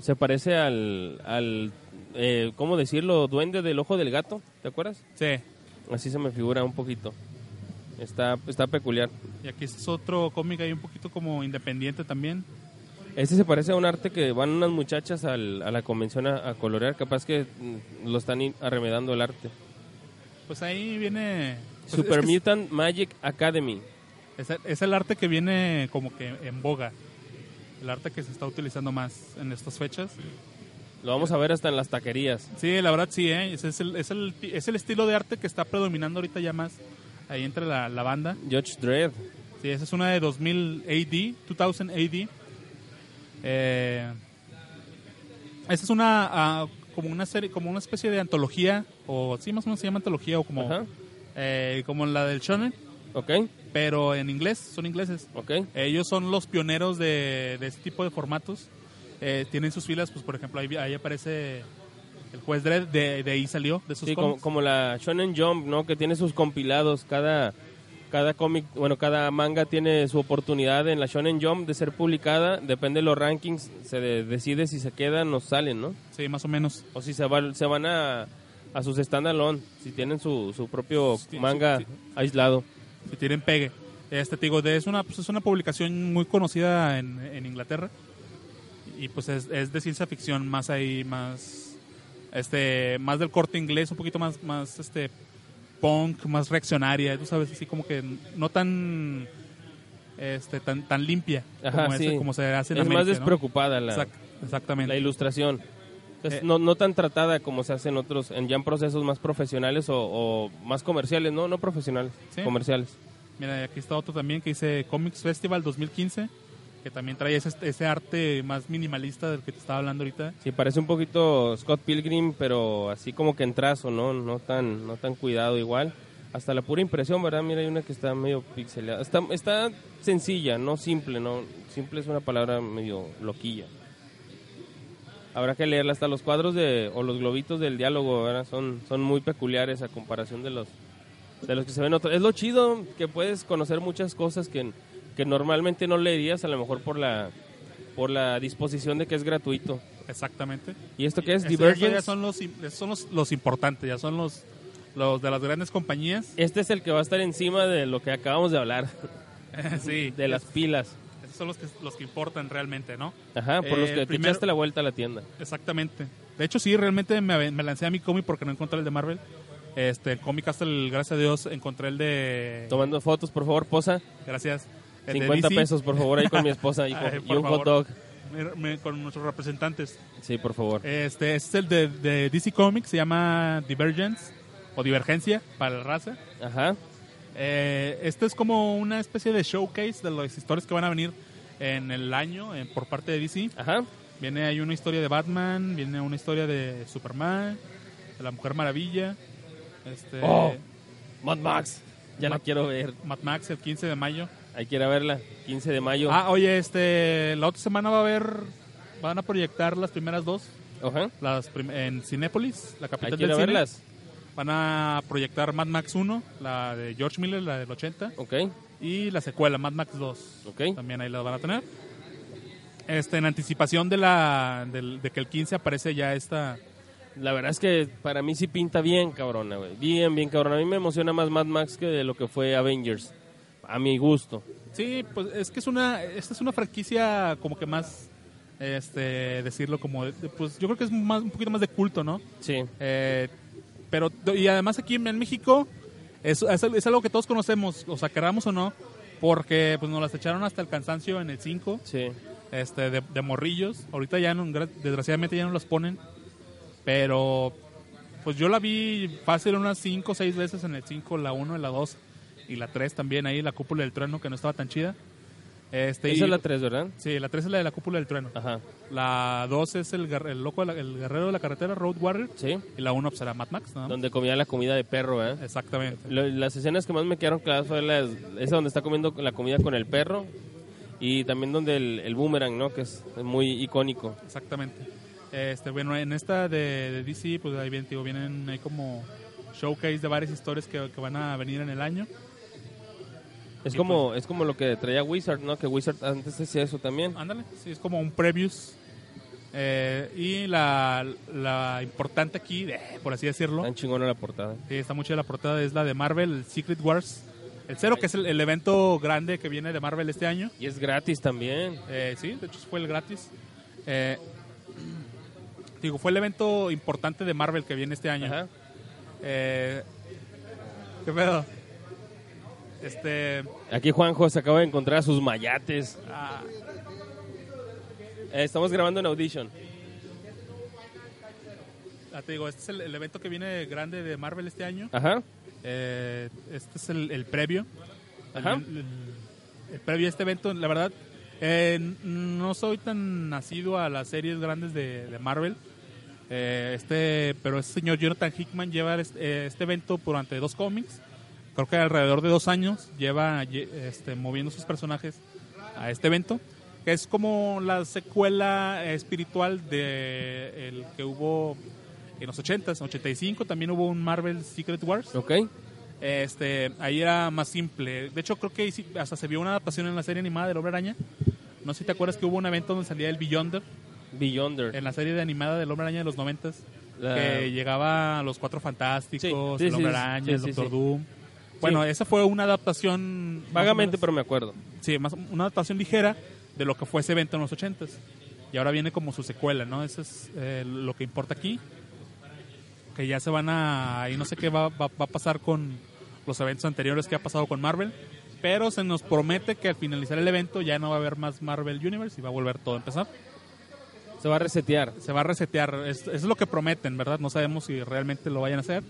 se parece al, al eh, ¿cómo decirlo? Duende del ojo del gato, ¿te acuerdas?
sí.
Así se me figura un poquito. Está, está peculiar.
Y aquí es otro cómic ahí un poquito como independiente también.
Este se parece a un arte que van unas muchachas al- a la convención a, a colorear. Capaz que mm, lo están in- arremedando el arte.
Pues ahí viene... pues
Super
es que
Mutant Magic Academy.
Es, el- es el arte que viene como que en boga. El arte que se está utilizando más en estas fechas.
Lo vamos a ver hasta en las taquerías.
Sí, la verdad sí, ¿eh? Ese es, el, es, el, es el estilo de arte que está predominando ahorita ya más ahí entre la, la banda.
Judge Dredd.
Sí, esa es una de 2000 AD, 2000 AD. Eh, esa es una ah, como una serie, como una especie de antología o sí, más o menos se llama antología o como
Ajá.
eh, como la del shonen,
Ok,
pero en inglés, son ingleses.
ok.
Ellos son los pioneros de, de este tipo de formatos. Eh, tienen sus filas, pues por ejemplo ahí, ahí aparece el juez Dredd, de, de ahí salió de sus
Sí, como,
cómics.
como la Shonen Jump, ¿no? Que tiene sus compilados. Cada, cada cómic, bueno, cada manga tiene su oportunidad en la Shonen Jump de ser publicada. Depende de los rankings. Se de- decide si se quedan o salen, ¿no?
Sí, más o menos.
O si se, va- se van a, a sus standalone. Si tienen su, su propio
Sí, sí,
manga
sí.
aislado.
si tienen pegue. Este, te digo, de- es una, pues, es una publicación muy conocida en, en Inglaterra. Y pues es, es de ciencia ficción, más ahí, más. Este, más del corte inglés, un poquito más, más este, punk, más reaccionaria, tú sabes, así como que no tan. Este, tan, tan limpia
Ajá,
como,
sí.
ese- como se hace en
Es más
América, ¿no?
despreocupada la,
Exact- exactamente.
la ilustración. Entonces,
Eh.
no, no tan tratada como se hace en otros, en ya en procesos más profesionales o, o más comerciales, no, no profesionales,
Sí.
comerciales.
Mira, aquí está otro también que dice Comics Festival 2015, que también trae ese, ese arte más minimalista del que te estaba hablando ahorita.
Sí, parece un poquito Scott Pilgrim, pero así como que en trazo, ¿no? No tan, no tan cuidado igual. Hasta la pura impresión, ¿verdad? Mira, hay una que está medio pixelada. Está, está sencilla, no simple, ¿no? Simple es una palabra medio loquilla. Habrá que leerla. Hasta los cuadros de, o los globitos del diálogo, ¿verdad? Son, son muy peculiares a comparación de los, de los que se ven otros. Es lo chido que puedes conocer muchas cosas que, que normalmente no leerías, a lo mejor por la, por la disposición de que es gratuito.
Exactamente.
¿Y esto qué es?
Estos
Divergence.
Ya son los, im- son los, los importantes, ya son los, los de las grandes compañías.
Este es el que va a estar encima de lo que acabamos de hablar,
sí,
de las pilas.
esos son los que, los que importan realmente, ¿no?
Ajá, por
Eh,
los que te
primero-
echaste la vuelta a la tienda.
Exactamente. De hecho, sí, realmente me, ave- me lancé a mi cómic porque no encontré el de Marvel. Este, en Comic Castle, gracias a Dios, encontré el de.
Tomando fotos, por favor, posa.
Gracias. El de
50
DC,
pesos, por favor, ahí con mi esposa y, con-
Ay,
y
por
un hot
favor.
dog.
me- me- con nuestros representantes.
Sí, por favor.
Este, este es el de, de DC Comics, se llama Divergence o Divergencia para la raza.
Ajá.
Eh, este es como una especie de showcase de las historias que van a venir en el año eh, por parte de DC.
Ajá.
Viene ahí una historia de Batman, viene una historia de Superman, de la Mujer Maravilla, este,
Oh. Mad Max. Ya la
Mad-
quiero ver.
Mad Max el 15 de mayo.
Ahí quiero verla. 15 de mayo.
Ah, oye, este, la otra semana va a haber, van a proyectar las primeras dos,
Ajá.
las prim- en Cinépolis, la
Ahí
capital del
quiero
cine.
verlas.
Van a proyectar Mad Max 1, la de George Miller, la del 80,
Ok,
y la secuela, Mad Max 2.
ok.
También ahí las van a tener. Este, en anticipación de la del- de que el 15 aparece ya esta.
La verdad es que para mí sí pinta bien, cabrona, güey. Bien, bien, cabrona. A mí me emociona más Mad Max que de lo que fue Avengers. A mi gusto.
Sí, pues es que es una esta es una franquicia como que más este decirlo como de- de- pues yo creo que es más un poquito más de culto, ¿no?
Sí.
Eh, pero y además aquí en, en México es, es, es algo que todos conocemos, o sea, queramos o no, porque pues nos las echaron hasta el cansancio en el 5.
Sí.
este, de, de morrillos. Ahorita ya, no, gra- desgraciadamente, ya no los ponen. Pero, pues yo la vi fácil unas 5 o 6 veces en el 5, la 1, la 2 y la 3 también ahí, la cúpula del trueno que no estaba tan chida. Este,
Esa
y-
es la 3, ¿verdad?
Sí, la 3 es la de la cúpula del trueno.
Ajá.
La 2 es el, gar- el loco, de la- el guerrero de la carretera, Road Warrior.
Sí.
Y la 1 será Mad Max, ¿no?
Donde comía la comida de perro, ¿eh?
Exactamente.
Lo- las escenas que más me quedaron claras fue las, esa donde está comiendo la comida con el perro y también donde el, el boomerang, ¿no? Que es muy icónico.
Exactamente. Este, bueno, en esta de, de DC, pues ahí vienen, digo, vienen ahí como showcase de varias historias que, que van a venir en el año.
Es
Y
como es como lo que traía Wizard, ¿no? Que Wizard antes hacía eso también.
Ándale, sí, es como un previews. Eh, y la, la importante aquí, eh, por así decirlo,
Tan chingona la portada.
sí, está mucho de la portada, es la de Marvel Secret Wars El cero, que es el, el evento grande que viene de Marvel este año.
Y es gratis también.
Eh, sí, de hecho fue el gratis. Eh, digo, fue el evento importante de Marvel que viene este año.
Ajá.
Eh, ¿Qué pedo? Este.
Aquí Juanjo se acaba de encontrar sus mayates.
ah,
Eh, estamos grabando en Audition.
ah, te digo, este es el, el evento que viene grande de Marvel este año.
Ajá.
Eh, este es el, el previo.
Ajá.
El, el- el previo a este evento, la verdad, eh, n- no soy tan nacido a las series grandes de, de Marvel. Eh, este, pero este señor Jonathan Hickman lleva este, eh, este evento durante dos cómics. Creo que alrededor de dos años lleva lle- este, moviendo sus personajes a este evento. Que es como la secuela eh, espiritual de el que hubo en los 80s, 85 también hubo un Marvel Secret Wars.
Ok.
Este, ahí era más simple. De hecho, creo que hici- hasta se vio una adaptación en la serie animada del Hombre Araña. No sé si te acuerdas que hubo un evento donde salía el Beyonder
Beyonder.
en la serie de animada del Hombre Araña de los 90
La-
que llegaba a los Cuatro Fantásticos,
Sí, sí,
el Hombre
sí,
Araña,
sí,
el
sí,
Doctor
sí.
Doom. Bueno, esa fue una adaptación más o
Vagamente,
menos-
pero me acuerdo.
sí, más una adaptación ligera de lo que fue ese evento en los 80s. Y ahora viene como su secuela, ¿no? Eso es eh, lo que importa aquí. Que ya se van a... Y no sé qué va, va- va a pasar con los eventos anteriores que ha pasado con Marvel. Pero se nos promete que al finalizar el evento ya no va a haber más Marvel Universe y va a volver todo a empezar.
Se va a resetear.
Se va a resetear. Es, es lo que prometen, ¿verdad? No sabemos si realmente lo vayan a hacer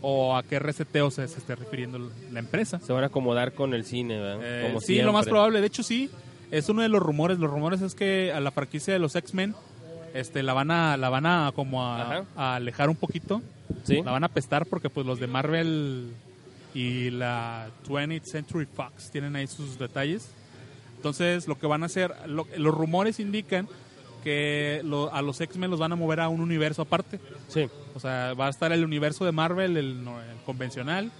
o a qué reseteo se, se esté refiriendo la empresa.
Se van a acomodar con el cine, ¿verdad?
Eh,
Como
sí,
siempre.
lo más probable. De hecho, sí. Es uno de los rumores. Los rumores es que a la franquicia de los X-Men este, la van a, la van a como a,
Ajá.
a alejar un poquito.
Sí.
La van a pestar porque pues los de Marvel y la 20th Century Fox tienen ahí sus detalles. Entonces, lo que van a hacer, lo- los rumores indican que lo- a los X-Men los van a mover a un universo aparte.
Sí.
O sea, va a estar el universo de Marvel, el, no- el convencional,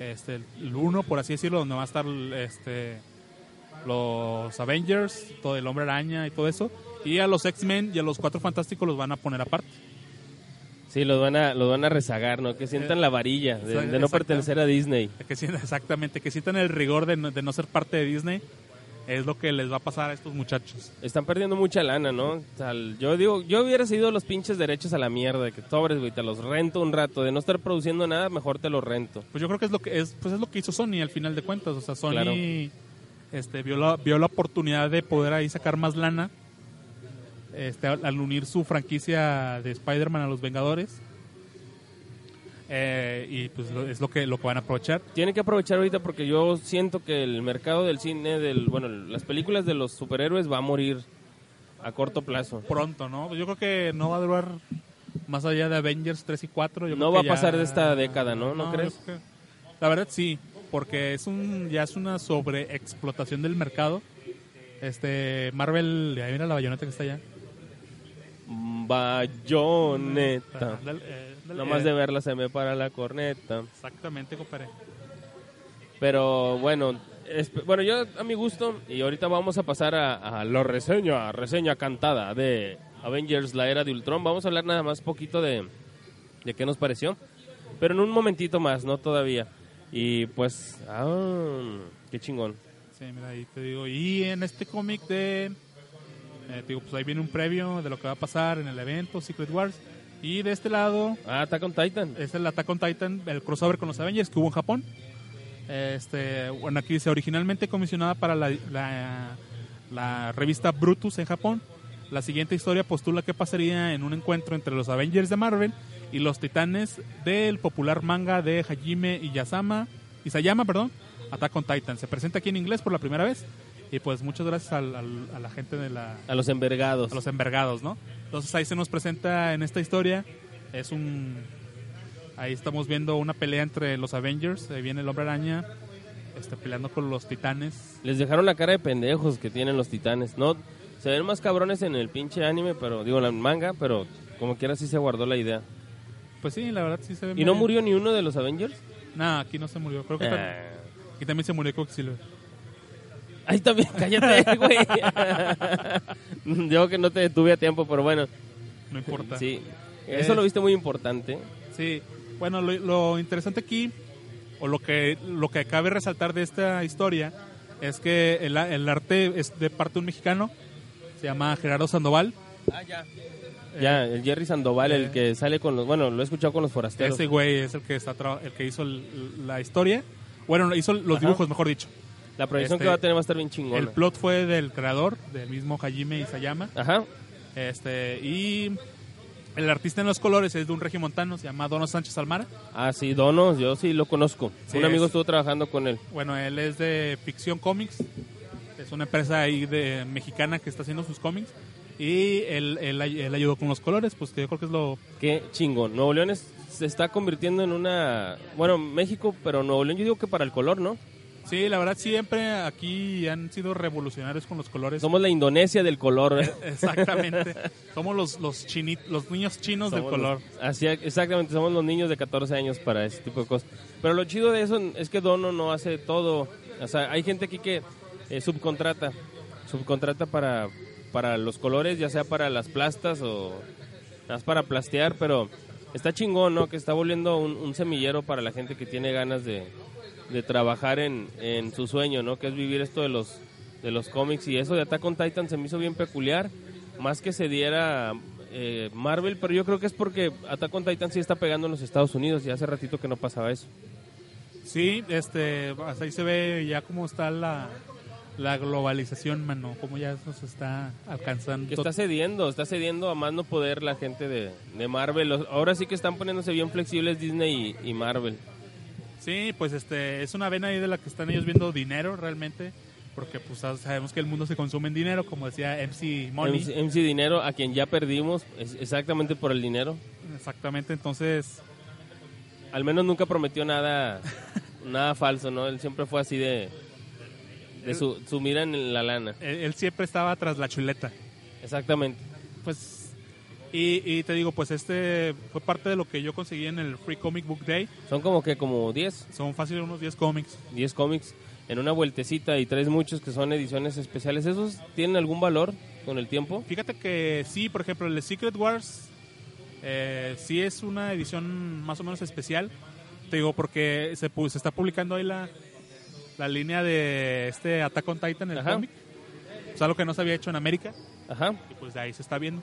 este, el 1, por así decirlo, donde va a estar este, los Avengers, todo el Hombre Araña y todo eso. Y a los X-Men y a los Cuatro Fantásticos los van a poner aparte.
Sí, los van a, los van a rezagar, ¿no? Que sientan
Eh,
la varilla de,
exact-
de no
exacta-
pertenecer a Disney.
Que sientan, exactamente, que sientan el rigor de no, de no ser parte de Disney. Es lo que les va a pasar a estos muchachos.
Están perdiendo mucha lana, ¿no? O sea, el- yo digo, yo hubiera sido los pinches derechos a la mierda, de que sobres, güey, te los rento un rato, de no estar produciendo nada, mejor te los rento.
Pues yo creo que es lo que es, pues es lo que hizo Sony al final de cuentas. O sea, Sony
Claro.
este, vio, la, vio la oportunidad de poder ahí sacar más lana este, al, al unir su franquicia de Spider-Man a los Vengadores. Eh, y pues lo- es lo que, lo que van a aprovechar.
Tiene que aprovechar ahorita porque yo siento que el mercado del cine, del bueno, las películas de los superhéroes va a morir a corto plazo.
Pronto, ¿no? Yo creo que no va a durar más allá de Avengers 3 y 4. Yo
No
creo
va
que
a pasar de esta década, ¿no? ¿No
yo
crees?
creo que- La verdad sí, porque es un ya es una sobreexplotación del mercado. Este Marvel, ahí mira la bayoneta que está allá.
Bayoneta.
Ándale, eh, ándale,
Nomás
eh,
de verla se me para la corneta.
Exactamente, compadre.
Pero bueno, es- bueno, yo a mi gusto, y ahorita vamos a pasar a, a la reseña, reseña cantada de Avengers, la era de Ultron. Vamos a hablar nada más poquito de, de qué nos pareció, pero en un momentito más, no todavía. Y pues, ah, qué chingón.
Sí, mira, ahí te digo. Y en este cómic de. eh, te digo, pues ahí viene un previo de lo que va a pasar en el evento Secret Wars. Y de este lado
Ah, Attack on Titan.
es el Attack on Titan, el crossover con los Avengers que hubo en Japón. Este, bueno, aquí dice, originalmente comisionada para la, la- la revista Brutus en Japón, la siguiente historia postula que pasaría en un encuentro entre los Avengers de Marvel y los titanes del popular manga de Hajime Iyazama, Isayama, perdón, Attack on Titan. Se presenta aquí en inglés por la primera vez y pues muchas gracias al- al- a la gente de la,
A los envergados.
a los envergados, ¿no? Entonces ahí se nos presenta en esta historia, es un... Ahí estamos viendo una pelea entre los Avengers, ahí viene el Hombre Araña, este, peleando con los titanes.
Les dejaron la cara de pendejos que tienen los titanes. No, se ven más cabrones en el pinche anime, pero digo, en el manga, pero como quiera sí se guardó la idea.
Pues sí, la verdad sí se ve
¿Y no murió ni uno de los Avengers?
Nada, aquí no se murió. Creo que tam-
Ah.
aquí también se murió Quicksilver.
Ahí también, cállate, güey. Yo que no te detuve a tiempo, pero bueno.
No importa. Eh,
Sí. Eso lo viste muy importante.
Sí, bueno, lo, lo interesante aquí o lo que, lo que cabe resaltar de esta historia es que el, el arte es de parte de un mexicano, se llama Gerardo Sandoval.
Ah, ya. Ya, el Jerry Sandoval, el que sale con los. Bueno, lo he escuchado con los forasteros.
eh. Ese güey es el que, está tra- el que hizo el- la historia. Bueno, hizo los
Ajá.
dibujos, mejor dicho.
La proyección
este-
que va a tener va a estar bien
El
chingona.
plot fue del creador, del mismo Hajime Isayama.
Ajá.
Este, y el artista en los colores es de un regimontano, se llama Dono Sánchez Almara.
Ah, sí, Donos, yo sí lo conozco.
Sí,
un amigo
es-
estuvo trabajando con él.
Bueno, él es de Ficción Comics. Es una empresa ahí de mexicana que está haciendo sus cómics. Y él, él, ay- él ayudó con los colores, pues que yo creo que es lo...
Qué chingón. Nuevo León es- se está convirtiendo en una. Bueno, México, pero Nuevo León yo digo que para el color, ¿no?
Sí, la verdad siempre aquí han sido revolucionarios con los colores.
Somos la Indonesia del color.
Exactamente. Somos los, los, chini- los niños chinos del
Somos
color.
los- así, exactamente, somos los niños de 14 años para ese tipo de cosas. Pero lo chido de eso es que Dono no hace todo. O sea, hay gente aquí que eh, subcontrata. Subcontrata para, para los colores, ya sea para las plastas o nada más para plastear, pero está chingón, ¿no? Que está volviendo un, un semillero para la gente que tiene ganas de, de trabajar en, en su sueño, ¿no? Que es vivir esto de los de los cómics y eso de Attack on Titan se me hizo bien peculiar, más que se diera eh, Marvel, pero yo creo que es porque Attack on Titan sí está pegando en los Estados Unidos y hace ratito que no pasaba eso.
Sí, este, hasta ahí se ve ya cómo está la, la globalización, mano, cómo ya nos está alcanzando.
Que está cediendo, está cediendo a más no poder la gente de, de Marvel. Los- Ahora sí que están poniéndose bien flexibles Disney y, y Marvel.
Sí, pues este, es una vena ahí de la que están ellos viendo dinero realmente, porque pues sab- sabemos que el mundo se consume en dinero, como decía MC Money.
MC, MC Dinero, a quien ya perdimos, es- exactamente por el dinero.
Exactamente, entonces,
Al menos nunca prometió nada nada falso, ¿no? Él siempre fue así de, de su, su mira en la lana.
e, él, él siempre estaba tras la chuleta.
Exactamente.
Pues, y, y te digo, pues este fue parte de lo que yo conseguí en el Free Comic Book Day.
Son como que como 10,
Son fácil unos 10 cómics.
10 cómics en una vueltecita y traes muchos que son ediciones especiales. ¿Esos tienen algún valor con el tiempo?
Fíjate que sí, por ejemplo, el de Secret Wars eh, sí es una edición más o menos especial. Te digo, porque se, pu- se está publicando ahí la, la línea de este Attack on Titan, el
Ajá.
cómic. Es algo que no se había hecho en América.
Ajá,
Y pues de ahí se está viendo.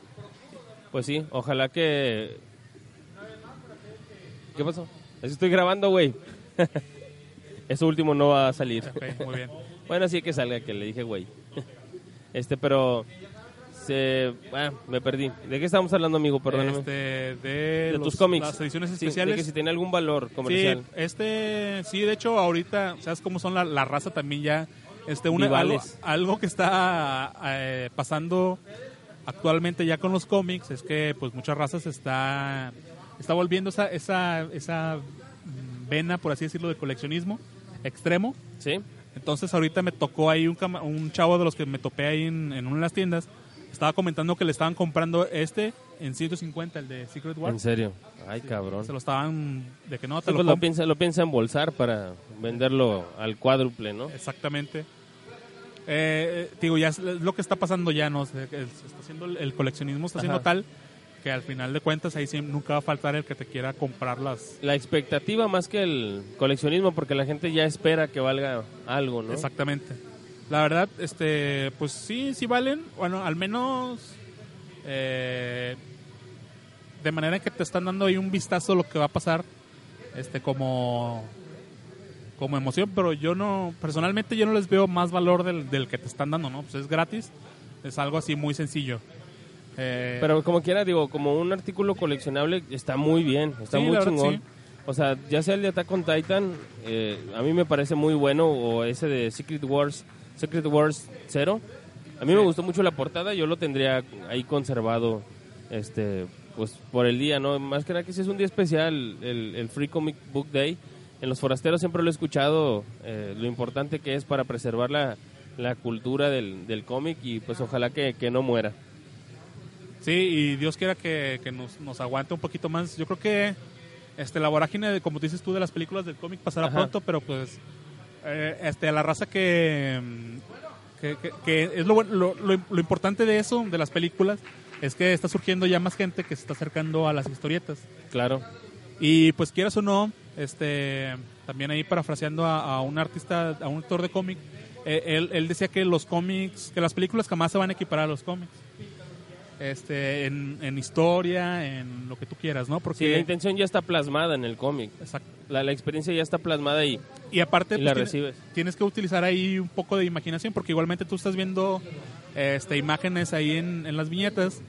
pues sí, ojalá que... ¿Qué pasó? Así estoy grabando, güey. Eso último no va a salir.
Ok, muy bien.
Bueno, sí que salga, que le dije, güey. Este, pero... Se... Ah, me perdí. ¿De qué estábamos hablando, amigo? Perdóname.
Este, de
de
los-
tus cómics.
Las ediciones
Sí, de
especiales.
que si tiene algún valor comercial.
Sí, este, sí, de hecho, ahorita, ¿sabes cómo son la, la raza también ya? Este, una, algo,
Rivales.
algo que está eh, pasando actualmente ya con los cómics es que, pues, muchas razas está, está volviendo esa, esa, esa mm, vena, por así decirlo, de coleccionismo extremo.
Sí.
Entonces, ahorita me tocó ahí un, cama- un chavo de los que me topé ahí en, en una de las tiendas. Estaba comentando que le estaban comprando este en 150, el de Secret
En
Wars.
serio. Ay, cabrón.
Se lo estaban, de que no, te
Sí,
lo
pues lo
compro.
piensa, lo piensa embolsar para venderlo al cuádruple, ¿no?
Exactamente. Eh, eh, digo, ya es lo que está pasando ya, ¿no? Se- el- se está haciendo, el el coleccionismo está siendo
Ajá.
tal que al final de cuentas ahí sí nunca va a faltar el que te quiera comprar las...
La expectativa más que el coleccionismo, porque la gente ya espera que valga algo, ¿no?
Exactamente. La verdad, este, pues sí, sí valen. Bueno, al menos eh, de manera que te están dando ahí un vistazo a lo que va a pasar este como como emoción, pero yo no, personalmente yo no les veo más valor del, del que te están dando, ¿no? Pues es gratis, es algo así muy sencillo. Eh,
Pero como quiera, digo, como un artículo coleccionable está muy bien, está
Sí,
muy
la verdad,
chingón.
sí.
O sea, ya sea el de Attack on Titan, eh, a mí me parece muy bueno, o ese de Secret Wars, Secret Wars 0. A mí me gustó mucho la portada, yo lo tendría ahí conservado, este, pues por el día, ¿no? Más que nada que si es un día especial, el, el Free Comic Book Day. En los forasteros siempre lo he escuchado, eh, lo importante que es para preservar la, la cultura del, del cómic y pues ojalá que, que no muera.
Sí, y Dios quiera que, que nos, nos aguante un poquito más. Yo creo que este, la vorágine, de, como dices tú, de las películas del cómic pasará
Ajá.
pronto, pero pues eh, este, a la raza que, mm, que, que- que es lo, buen- lo, lo, lo importante de eso, de las películas, es que está surgiendo ya más gente que se está acercando a las historietas.
Claro.
Y pues quieras o no, este también ahí parafraseando a, a un artista, a un autor de cómic, eh, él, él decía que los cómics, que las películas jamás se van a equiparar a los cómics. Este, en, en historia, en lo que tú quieras, ¿no? Porque
Sí, la intención ya está plasmada en el cómic.
Exacto.
La, la experiencia ya está plasmada y
Y aparte pues,
Y la
tiene-
recibes.
tienes que utilizar ahí un poco de imaginación porque igualmente tú estás viendo este, imágenes ahí en, en las viñetas,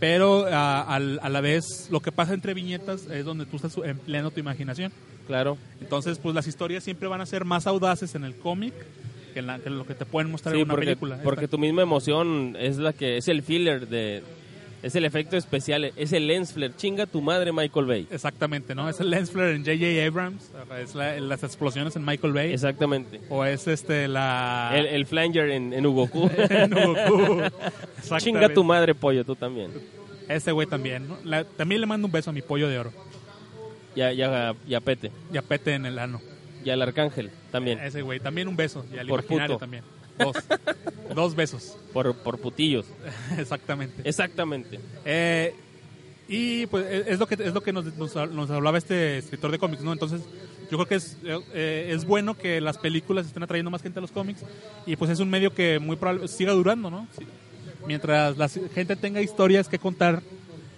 pero a, al- a la vez lo que pasa entre viñetas es donde tú estás empleando tu imaginación.
claro,
Entonces, pues las historias siempre van a ser más audaces en el cómic que, en la- que lo que te pueden mostrar
sí,
en una
porque,
película.
porque tu misma emoción es la que es el filler de es el efecto especial, es el lens flare. Chinga tu madre Michael Bay.
Exactamente, ¿no? Es el lens flare en J.J. Abrams, es la- las explosiones en Michael Bay,
Exactamente.
o es este la...
El, el flanger en, en Hugo Q.
en Goku.
Chinga
Exactamente.
tu madre pollo, tú también.
Ese güey también. ¿no? La- también le mando un beso a mi pollo de oro.
Ya, ya, ya pete.
Y a Pete en el ano.
Y al arcángel también.
Ese güey. También un beso. Y al
Por
imaginario
puto.
también. Dos. Dos besos.
Por, por putillos.
Exactamente.
Exactamente.
Eh, y pues es es lo que, es lo que nos, nos- nos hablaba este escritor de cómics, ¿no? Entonces yo creo que es, eh, es bueno que las películas estén atrayendo más gente a los cómics y pues es un medio que muy probable siga durando, ¿no? Sí. Mientras la ci- gente tenga historias que contar,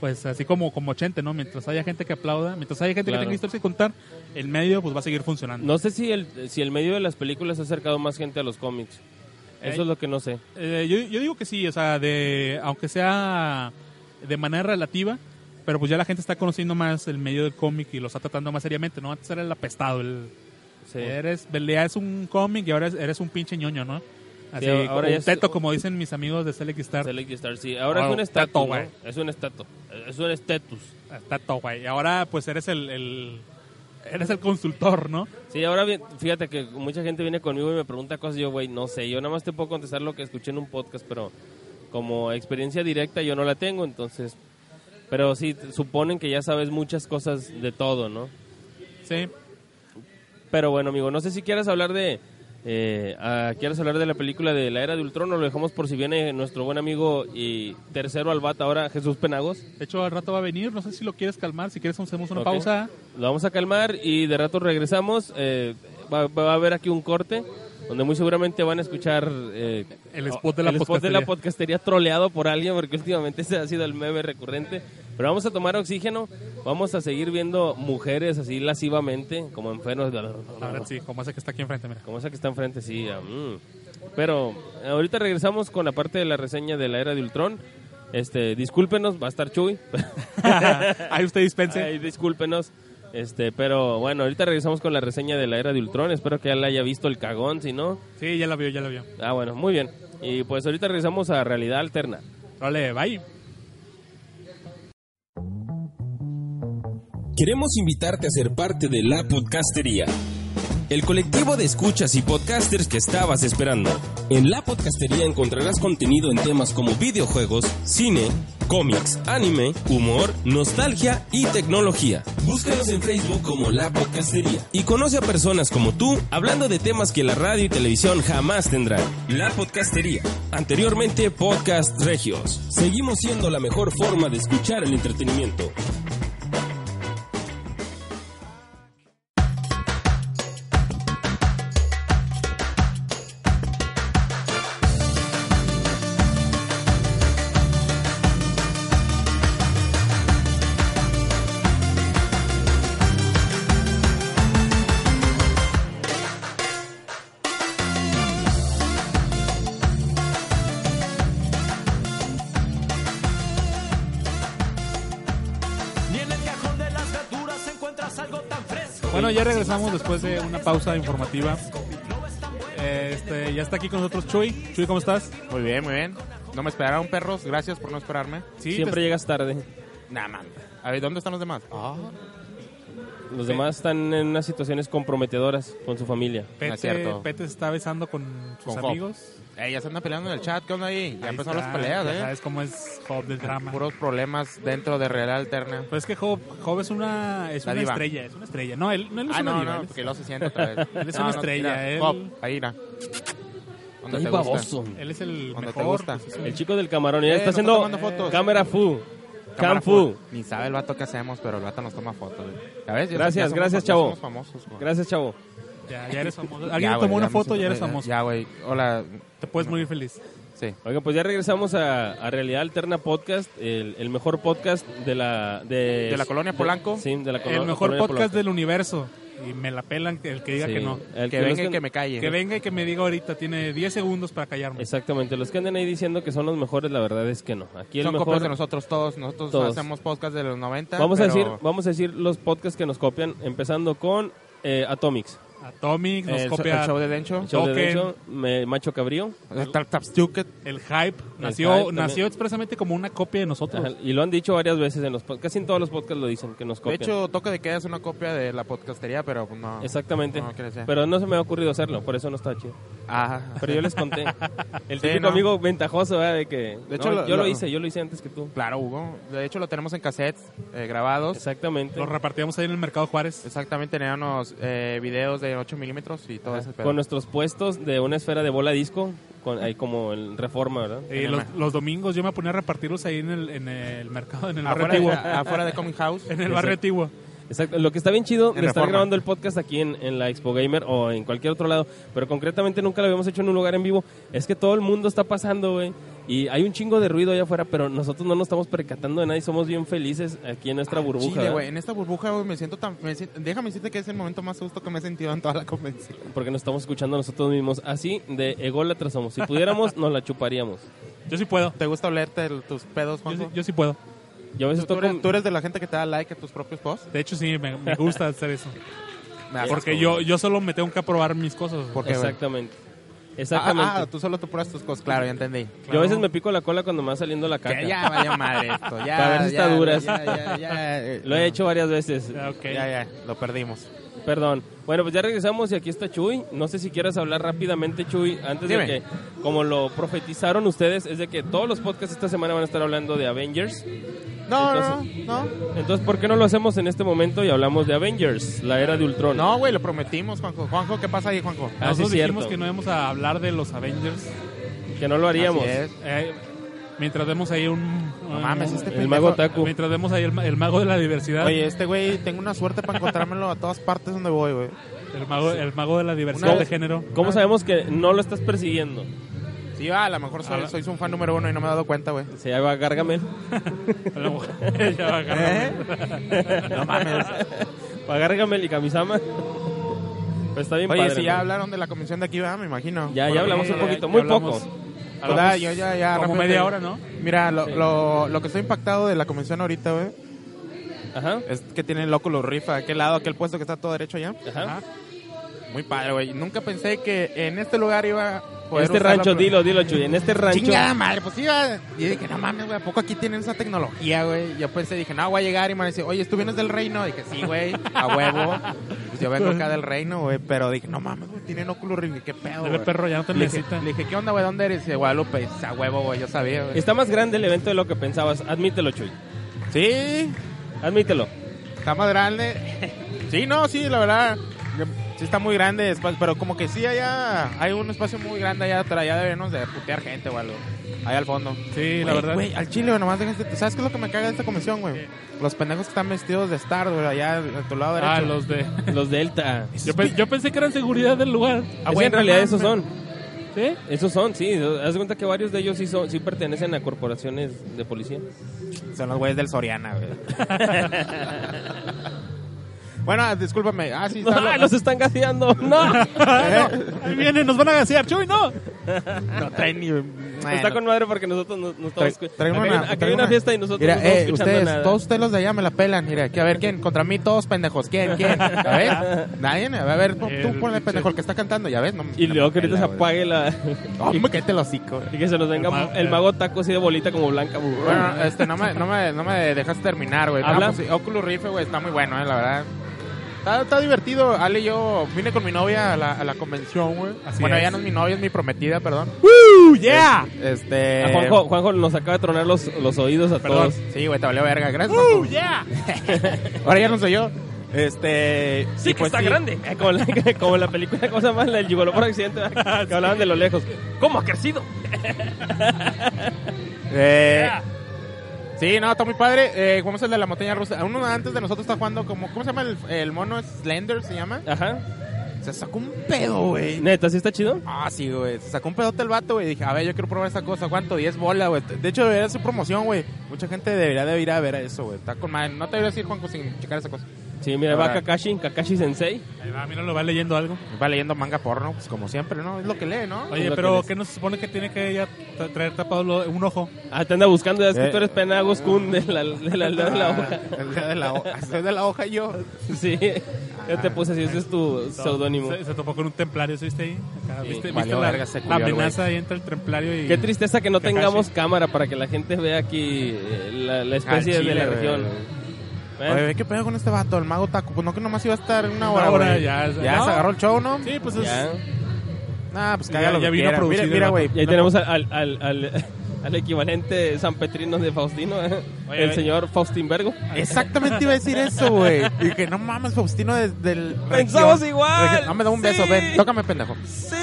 pues así como, como 80, ¿no? Mientras haya gente que aplauda, mientras haya gente
Claro.
que tenga historias que contar, el medio pues va a seguir funcionando.
No sé si el, si el medio de las películas ha acercado más gente a los cómics. Eso
Eh,
es lo que no sé.
Eh, yo, yo digo que sí, o sea, de, aunque sea de manera relativa, pero pues ya la gente está conociendo más el medio del cómic y lo está tratando más seriamente, ¿no? Antes era el apestado, el,
Sí.
eres, leías un cómic y ahora eres, eres un pinche ñoño, ¿no? Así,
Sí, ahora
un
ya es-
teto, como dicen mis amigos de Select Star,
Select the Star, sí. Ahora
Wow, eh.
es un
teto,
estatus. ¿no?
güey.
Es un estatus. Es un estatus.
ah, teto, güey. Y ahora pues eres el, el- eres el consultor, ¿no?
Sí, ahora bien, fíjate que mucha gente viene conmigo y me pregunta cosas. Yo, güey, no sé. Yo nada más te puedo contestar lo que escuché en un podcast, pero como experiencia directa yo no la tengo, entonces. Pero sí, t- suponen que ya sabes muchas cosas de todo, ¿no?
Sí.
Pero bueno, amigo, no sé si quieres hablar de. eh, ah, ¿Quieres hablar de la película de la era de Ultron o lo dejamos por si viene nuestro buen amigo y tercero al bat ahora, Jesús Penagos?
De hecho, al rato va a venir, no sé si lo quieres calmar, si quieres hacemos una
Ok.
pausa.
Lo vamos a calmar y de rato regresamos. eh, va, va a haber aquí un corte donde muy seguramente van a escuchar eh,
El spot de la
el spot de la
podcastería.
podcastería troleado por alguien porque últimamente ese ha sido el meme recurrente. Pero vamos a tomar oxígeno, vamos a seguir viendo mujeres así lascivamente como enfermos.
Ahora sí, como hace que está aquí enfrente, mira.
Como esa que está enfrente, sí. ah, mm. Pero eh, ahorita regresamos con la parte de la reseña de la era de Ultron. Este, discúlpenos, va a estar Chuy.
Ahí usted dispense.
Ay, discúlpenos. Este, pero bueno, ahorita regresamos con la reseña de la era de Ultron. Espero que ya la haya visto el cagón, si no.
Sí, ya la vio, ya la vio.
Ah, bueno, muy bien. Y pues ahorita regresamos a Realidad Alterna.
Vale, bye.
Queremos invitarte a ser parte de La Podcastería, el colectivo de escuchas y podcasters que estabas esperando. En La Podcastería encontrarás contenido en temas como videojuegos, cine, cómics, anime, humor, nostalgia y tecnología. Búscanos en Facebook como La Podcastería y conoce a personas como tú hablando de temas que la radio y televisión jamás tendrán. La Podcastería, anteriormente Podcast Regios. Seguimos siendo la mejor forma de escuchar el entretenimiento.
Ni en el cajón de las verduras encuentras algo tan fresco.
Bueno, ya regresamos después de una pausa informativa. Este, ya está aquí con nosotros Chuy. Chuy, ¿cómo estás?
Muy bien, muy bien. No me esperaron, perros. Gracias por no esperarme.
Sí, pues, te-
Siempre llegas tarde.
Nah, man. A ver, ¿dónde están los demás?
Ah.
Los demás están en unas situaciones comprometedoras con su familia.
No
Pete,
es cierto.
Pete se está besando con sus
Con Job.
amigos.
Eh, ya se andan peleando en el chat. ¿Qué onda ahí? Ya
Ahí
empezaron
está,
las peleas,
ya
¿eh?
Sabes cómo es Job del drama.
Puros problemas dentro de Real Alterna.
Pues es que Job, Job es una, es
La
una
diva.
estrella, es una estrella. No, él, no, él es
Ah,
una
no,
diva,
no,
él es-
porque lo se siente otra vez.
Él es
No,
una
no,
estrella,
mira,
él-
Pop, ahí, mira. ¿Dónde te gusta?
Él es el
Donde te
mejor.
gusta.
pues, es
El chico del camarón ya
Eh,
está
nos está
haciendo
tomando fotos.
cámara fu.
Cámara
Fu.
Ni sabe el vato que hacemos, pero el vato nos toma fotos, güey. ¿Ya ves? Yo-
Gracias,
ya somos
gracias,
fam- ya
chavo.
somos famosos, güey.
Gracias, chavo.
Ya, ya eres famoso.
Ya,
Alguien te
güey,
tomó una
me
foto,
siento-
ya eres famoso.
Ya, güey. Hola.
Te puedes morir feliz.
Sí.
Oigan, pues ya regresamos a, a Realidad Alterna Podcast, el, el mejor podcast de la... De,
¿De la colonia Polanco?
Sí, de la colo-
El mejor
colonia
podcast
Polanco.
del universo. Y me la pelan el que diga
Sí,
que no.
el
Que venga y
los-
que me calle.
Que venga y que me diga ahorita. Tiene 10 segundos para callarme.
Exactamente, los que anden ahí diciendo que son los mejores, la verdad es que no. Aquí el
Son
mejor...
copias de nosotros todos. Nosotros
Todos.
hacemos podcast de los 90.
Vamos a
pero-
decir, vamos a decir los podcasts que nos copian, empezando con eh, Atomics,
Atomic nos
El,
copia.
el
El,
show de Dencho.
el show de
Token.
Denso, me- Macho Cabrío,
Tap Tap Stupid.
hype. Nació,
Hype también.
nació expresamente como una copia de nosotros.
Ajá, y lo han dicho varias veces en los podcasts, casi en todos los podcasts lo dicen, que nos
De
copian.
hecho, Toque de Queda es una copia de la podcastería, pero pues, no.
Exactamente,
No, que sea.
pero no se me ha ocurrido hacerlo, por eso no está chido.
Ajá.
Pero yo les conté. El
Sí,
típico
¿no?
amigo ventajoso, ¿verdad? De que.
De hecho,
no,
lo-
yo lo,
lo-
hice, yo lo hice antes que tú.
Claro, Hugo. De hecho, lo tenemos en cassettes eh, grabados.
Exactamente.
Lo repartíamos ahí en el Mercado Juárez.
Exactamente, teníamos eh, videos de 8 milímetros y todo ese
Ah,
pedo.
Con nuestros puestos de una esfera de bola disco, con, ahí como en reforma, ¿verdad?
Eh, los, los domingos yo me ponía a repartirlos ahí en el, en el mercado, en el barrio
afuera,
antiguo.
de- afuera de Coming House.
En el barrio antiguo.
Exacto. Lo que está bien chido,
En
de estar
Reforma.
grabando el podcast aquí en, en la Expo Gamer o en cualquier otro lado, pero concretamente nunca lo habíamos hecho en un lugar en vivo, es que todo el mundo está pasando, güey. Y hay un chingo de ruido allá afuera, pero nosotros no nos estamos percatando de nadie, somos bien felices aquí en nuestra burbuja.
Chile,
¿verdad?
güey. En esta burbuja, güey, me siento tan. me siento- déjame decirte que es el momento más justo que me he sentido en toda la convención.
Porque nos estamos escuchando nosotros mismos así de ególatras somos. Si pudiéramos, nos la chuparíamos.
Yo sí puedo.
¿Te gusta olerte el- tus pedos,
Yo, sí-
Juanjo?
yo sí puedo.
Yo a veces
¿Tú,
toco.
eres, tú eres de la gente que te da like a tus propios posts?
De hecho, sí, me, me gusta hacer eso.
Me da
Porque
asco,
yo,
güey.
yo solo me tengo que aprobar mis cosas.
¿Por qué, güey?
Exactamente. Exactamente.
Ah, ah, tú solo te puras tus cosas. Claro, ya entendí.
Yo a veces me pico la cola cuando me va saliendo la caca.
Que Eh, ya vaya madre esto. Ya,
Para ver si está
ya,
dura.
Ya, ya, ya, eh,
Lo he hecho varias veces.
Ah, ok.
Ya, ya, lo perdimos.
Perdón. Bueno, pues ya regresamos y aquí está Chuy. No sé si quieras hablar rápidamente, Chuy, antes
Dime.
de que, como lo profetizaron ustedes, es de que todos los podcasts esta semana van a estar hablando de Avengers.
No,
Entonces-
no, no.
Entonces, ¿por qué no lo hacemos en este momento y hablamos de Avengers, la era de Ultron?
No, güey, lo prometimos, Juanjo. Juanjo, ¿qué pasa ahí, Juanjo?
Ah, sí,
Nosotros dijimos
cierto.
que no íbamos a hablar de los Avengers.
Que no lo haríamos.
Así es.
Eh, mientras vemos ahí un... No
mames, este
El mago Taku.
Mientras vemos ahí el, ma- el mago de la diversidad.
Oye, este güey, tengo una suerte para encontrármelo a todas partes donde voy, güey.
el, mago, el mago de la diversidad
Una
de
vez-
género.
¿Cómo sabemos que no lo estás persiguiendo?
Sí, ah, ¿Eh? a lo mejor soy,
Ah.
soy un fan número uno y no me he dado cuenta, güey.
Se llama Gargamel.
A lo mejor- ya va a
¿Eh?
agarrar.
No mames.
Para Gargamel y Kamisama. Pues está bien
Oye,
padre,
si ya
¿no?
hablaron de la comisión de aquí, va, me imagino.
Ya, ya hablamos un
Ya, ya
poquito, muy
hablamos-
poco.
hablamos
Hola, yo ya, ya,
como
rápidamente.
media hora, ¿no?
Mira, lo, lo, lo que estoy impactado de la comisión ahorita, güey,
Ajá.
es que tiene el Oculus Rift a aquel lado, aquel puesto que está todo derecho allá.
Ajá.
Muy padre, güey. Nunca pensé que en este lugar iba a poder
Este
usar la-
rancho, dilo, dilo, Chuy. En este rancho.
Chingada madre, pues iba. Y dije, no mames, güey, ¿a poco aquí tienen esa tecnología, güey? Yo pensé, dije, no, voy a llegar y me van a decir, oye, ¿tú vienes del reino? dije, sí, güey, a huevo. Pues yo vengo acá del reino, güey, pero dije, no mames, güey, tienen óculos Rift, qué pedo,
Dale,
güey.
perro, ya no te
Le dije,
necesita.
le dije, ¿qué onda, güey? ¿Dónde eres? Y dice, Guadalupe, Y dice, a huevo, güey, yo sabía, güey.
Está más grande el evento de lo que pensabas. Admítelo, Chuy.
Sí,
Admítelo.
está más grande. Sí, no, sí, la verdad. Sí está muy grande, espa- pero como que sí allá hay un espacio muy grande allá atrás, allá deberíamos de putear gente o algo. Ahí al fondo.
Sí, la
Güey,
verdad.
Güey, al chile, güey, nomás déjate. ¿Sabes qué es lo que me caga de esta comisión, güey? Los pendejos que están vestidos de Star, güey, allá a tu lado derecho.
ah, los de...
Los Delta.
Yo, pe- yo pensé que eran seguridad del lugar. Ah,
Es que
güey,
en
no
realidad
mames.
esos son.
¿Sí?
Esos son, sí. Haz de cuenta que varios de ellos sí, son, sí pertenecen a corporaciones de policía.
Son los güeyes del Soriana, güey. bueno, ah, discúlpame. Ah, sí, está
¡Ah, los están gaseando! ¡No!
Ah, no, ahí vienen, nos van a gasear, Chuy, no.
no traen ni...
Está con madre porque nosotros no, no estamos...
Tra- traigo
Acá hay
una-
una- acá hay
traigo
una
una-
fiesta y nosotros
Mira,
no estamos
eh,
escuchando
ustedes,
nada.
todos ustedes los de allá me la pelan. Mira, que a ver quién, contra mí todos pendejos. ¿Quién? ¿Quién? A ver, nadie. A ver, tú
El
ponle
pinche-
pendejo el que está cantando, ya ves. No,
Y
no
luego
me
que ahorita se
pela, güey.
apague la...
Hombre, que te lo hocico. güey.
Y que se nos venga
El ma-
el mago taco así de bolita como blanca.
Bueno, este, no me, no me, no me dejaste terminar, güey.
Habla.
Ah, pues sí, Oculus Rift, güey, está muy bueno, eh, la verdad. Está, está divertido. Ale y yo vine con mi novia a la, a la convención, güey.
Así
Bueno,
es.
ella no es mi novia, es mi prometida, perdón.
¡Uh, yeah!
Este...
A Juanjo, Juanjo nos acaba de tronar los, los oídos a
Perdón.
todos.
Sí, güey, te valió verga. Gracias.
¡Uh,
Juanjo.
yeah!
Ahora ya no soy yo. Este...
Sí,
y
que
pues
está grande. Eh, Como la, como la película, cosa más, la del gigoló por accidente, ¿verdad? que hablaban de lo lejos. ¿Cómo ha crecido?
Eh, Sí, no, está muy padre. Eh, jugamos el de la montaña rusa. Uno antes de nosotros está jugando como... ¿Cómo se llama el, el mono? ¿Slender se llama?
Ajá.
Se sacó un pedo, güey.
Neta, ¿sí está chido?
Ah, sí, güey. Se sacó un pedote el vato, güey. Dije, a ver, yo quiero probar esta cosa. ¿Cuánto? 10 bolas, güey. De hecho, debería ser promoción, güey. Mucha gente debería de ir a ver a eso, güey. Está con madre. No te voy a decir, Juanco, sin checar esa cosa.
Sí, mira, va
Ahora-
Kakashi, Kakashi Sensei.
Ahí va, mira, lo va leyendo algo.
Va leyendo manga porno, pues como siempre, ¿no? Es lo que lee, ¿no?
Oye,
lo que
pero
les-
¿qué nos supone que tiene que ella tra- traer tapado lo- un ojo?
Ah, te anda buscando, ya es que
Eh.
tú eres Penagos Kun de la, de la, aldea de la hoja.
Ah, el día de la hoja. Soy de la hoja yo.
Sí, yo te puse así, ese es tu seudónimo.
Se, se topó con un templario, ¿sí ¿viste ahí? Acá,
Sí.
¿Viste,
Valió
viste la,
verga, se
la
culió el güey.
amenaza ahí entre el templario y...
Qué tristeza que no
Kakashi.
tengamos cámara para que la gente vea aquí eh, la, la
Al
especie de
chile,
la
güey.
región. Bueno,
Oye, ¿qué pedo con este vato? El mago taco. Pues no, que nomás iba a estar una hora.
Una hora,
güey.
ya-
ya
¿no?
se agarró el show, ¿no?
Sí, pues es...
ya.
Ah, pues
Ya-
cágalo.
ya
que
vino a
quiera.
producir
Mira,
el
mira,
vato.
güey.
Y ahí tenemos al, al, al, al equivalente San Petrino de Faustino, ¿eh?
Oye,
el
ve-
señor Faustinbergo.
Exactamente iba a decir eso, güey. Y que no mames, Faustino desde el.
Pensamos igual.
No me da un
Sí.
beso, ven, tócame, pendejo.
¡Sí!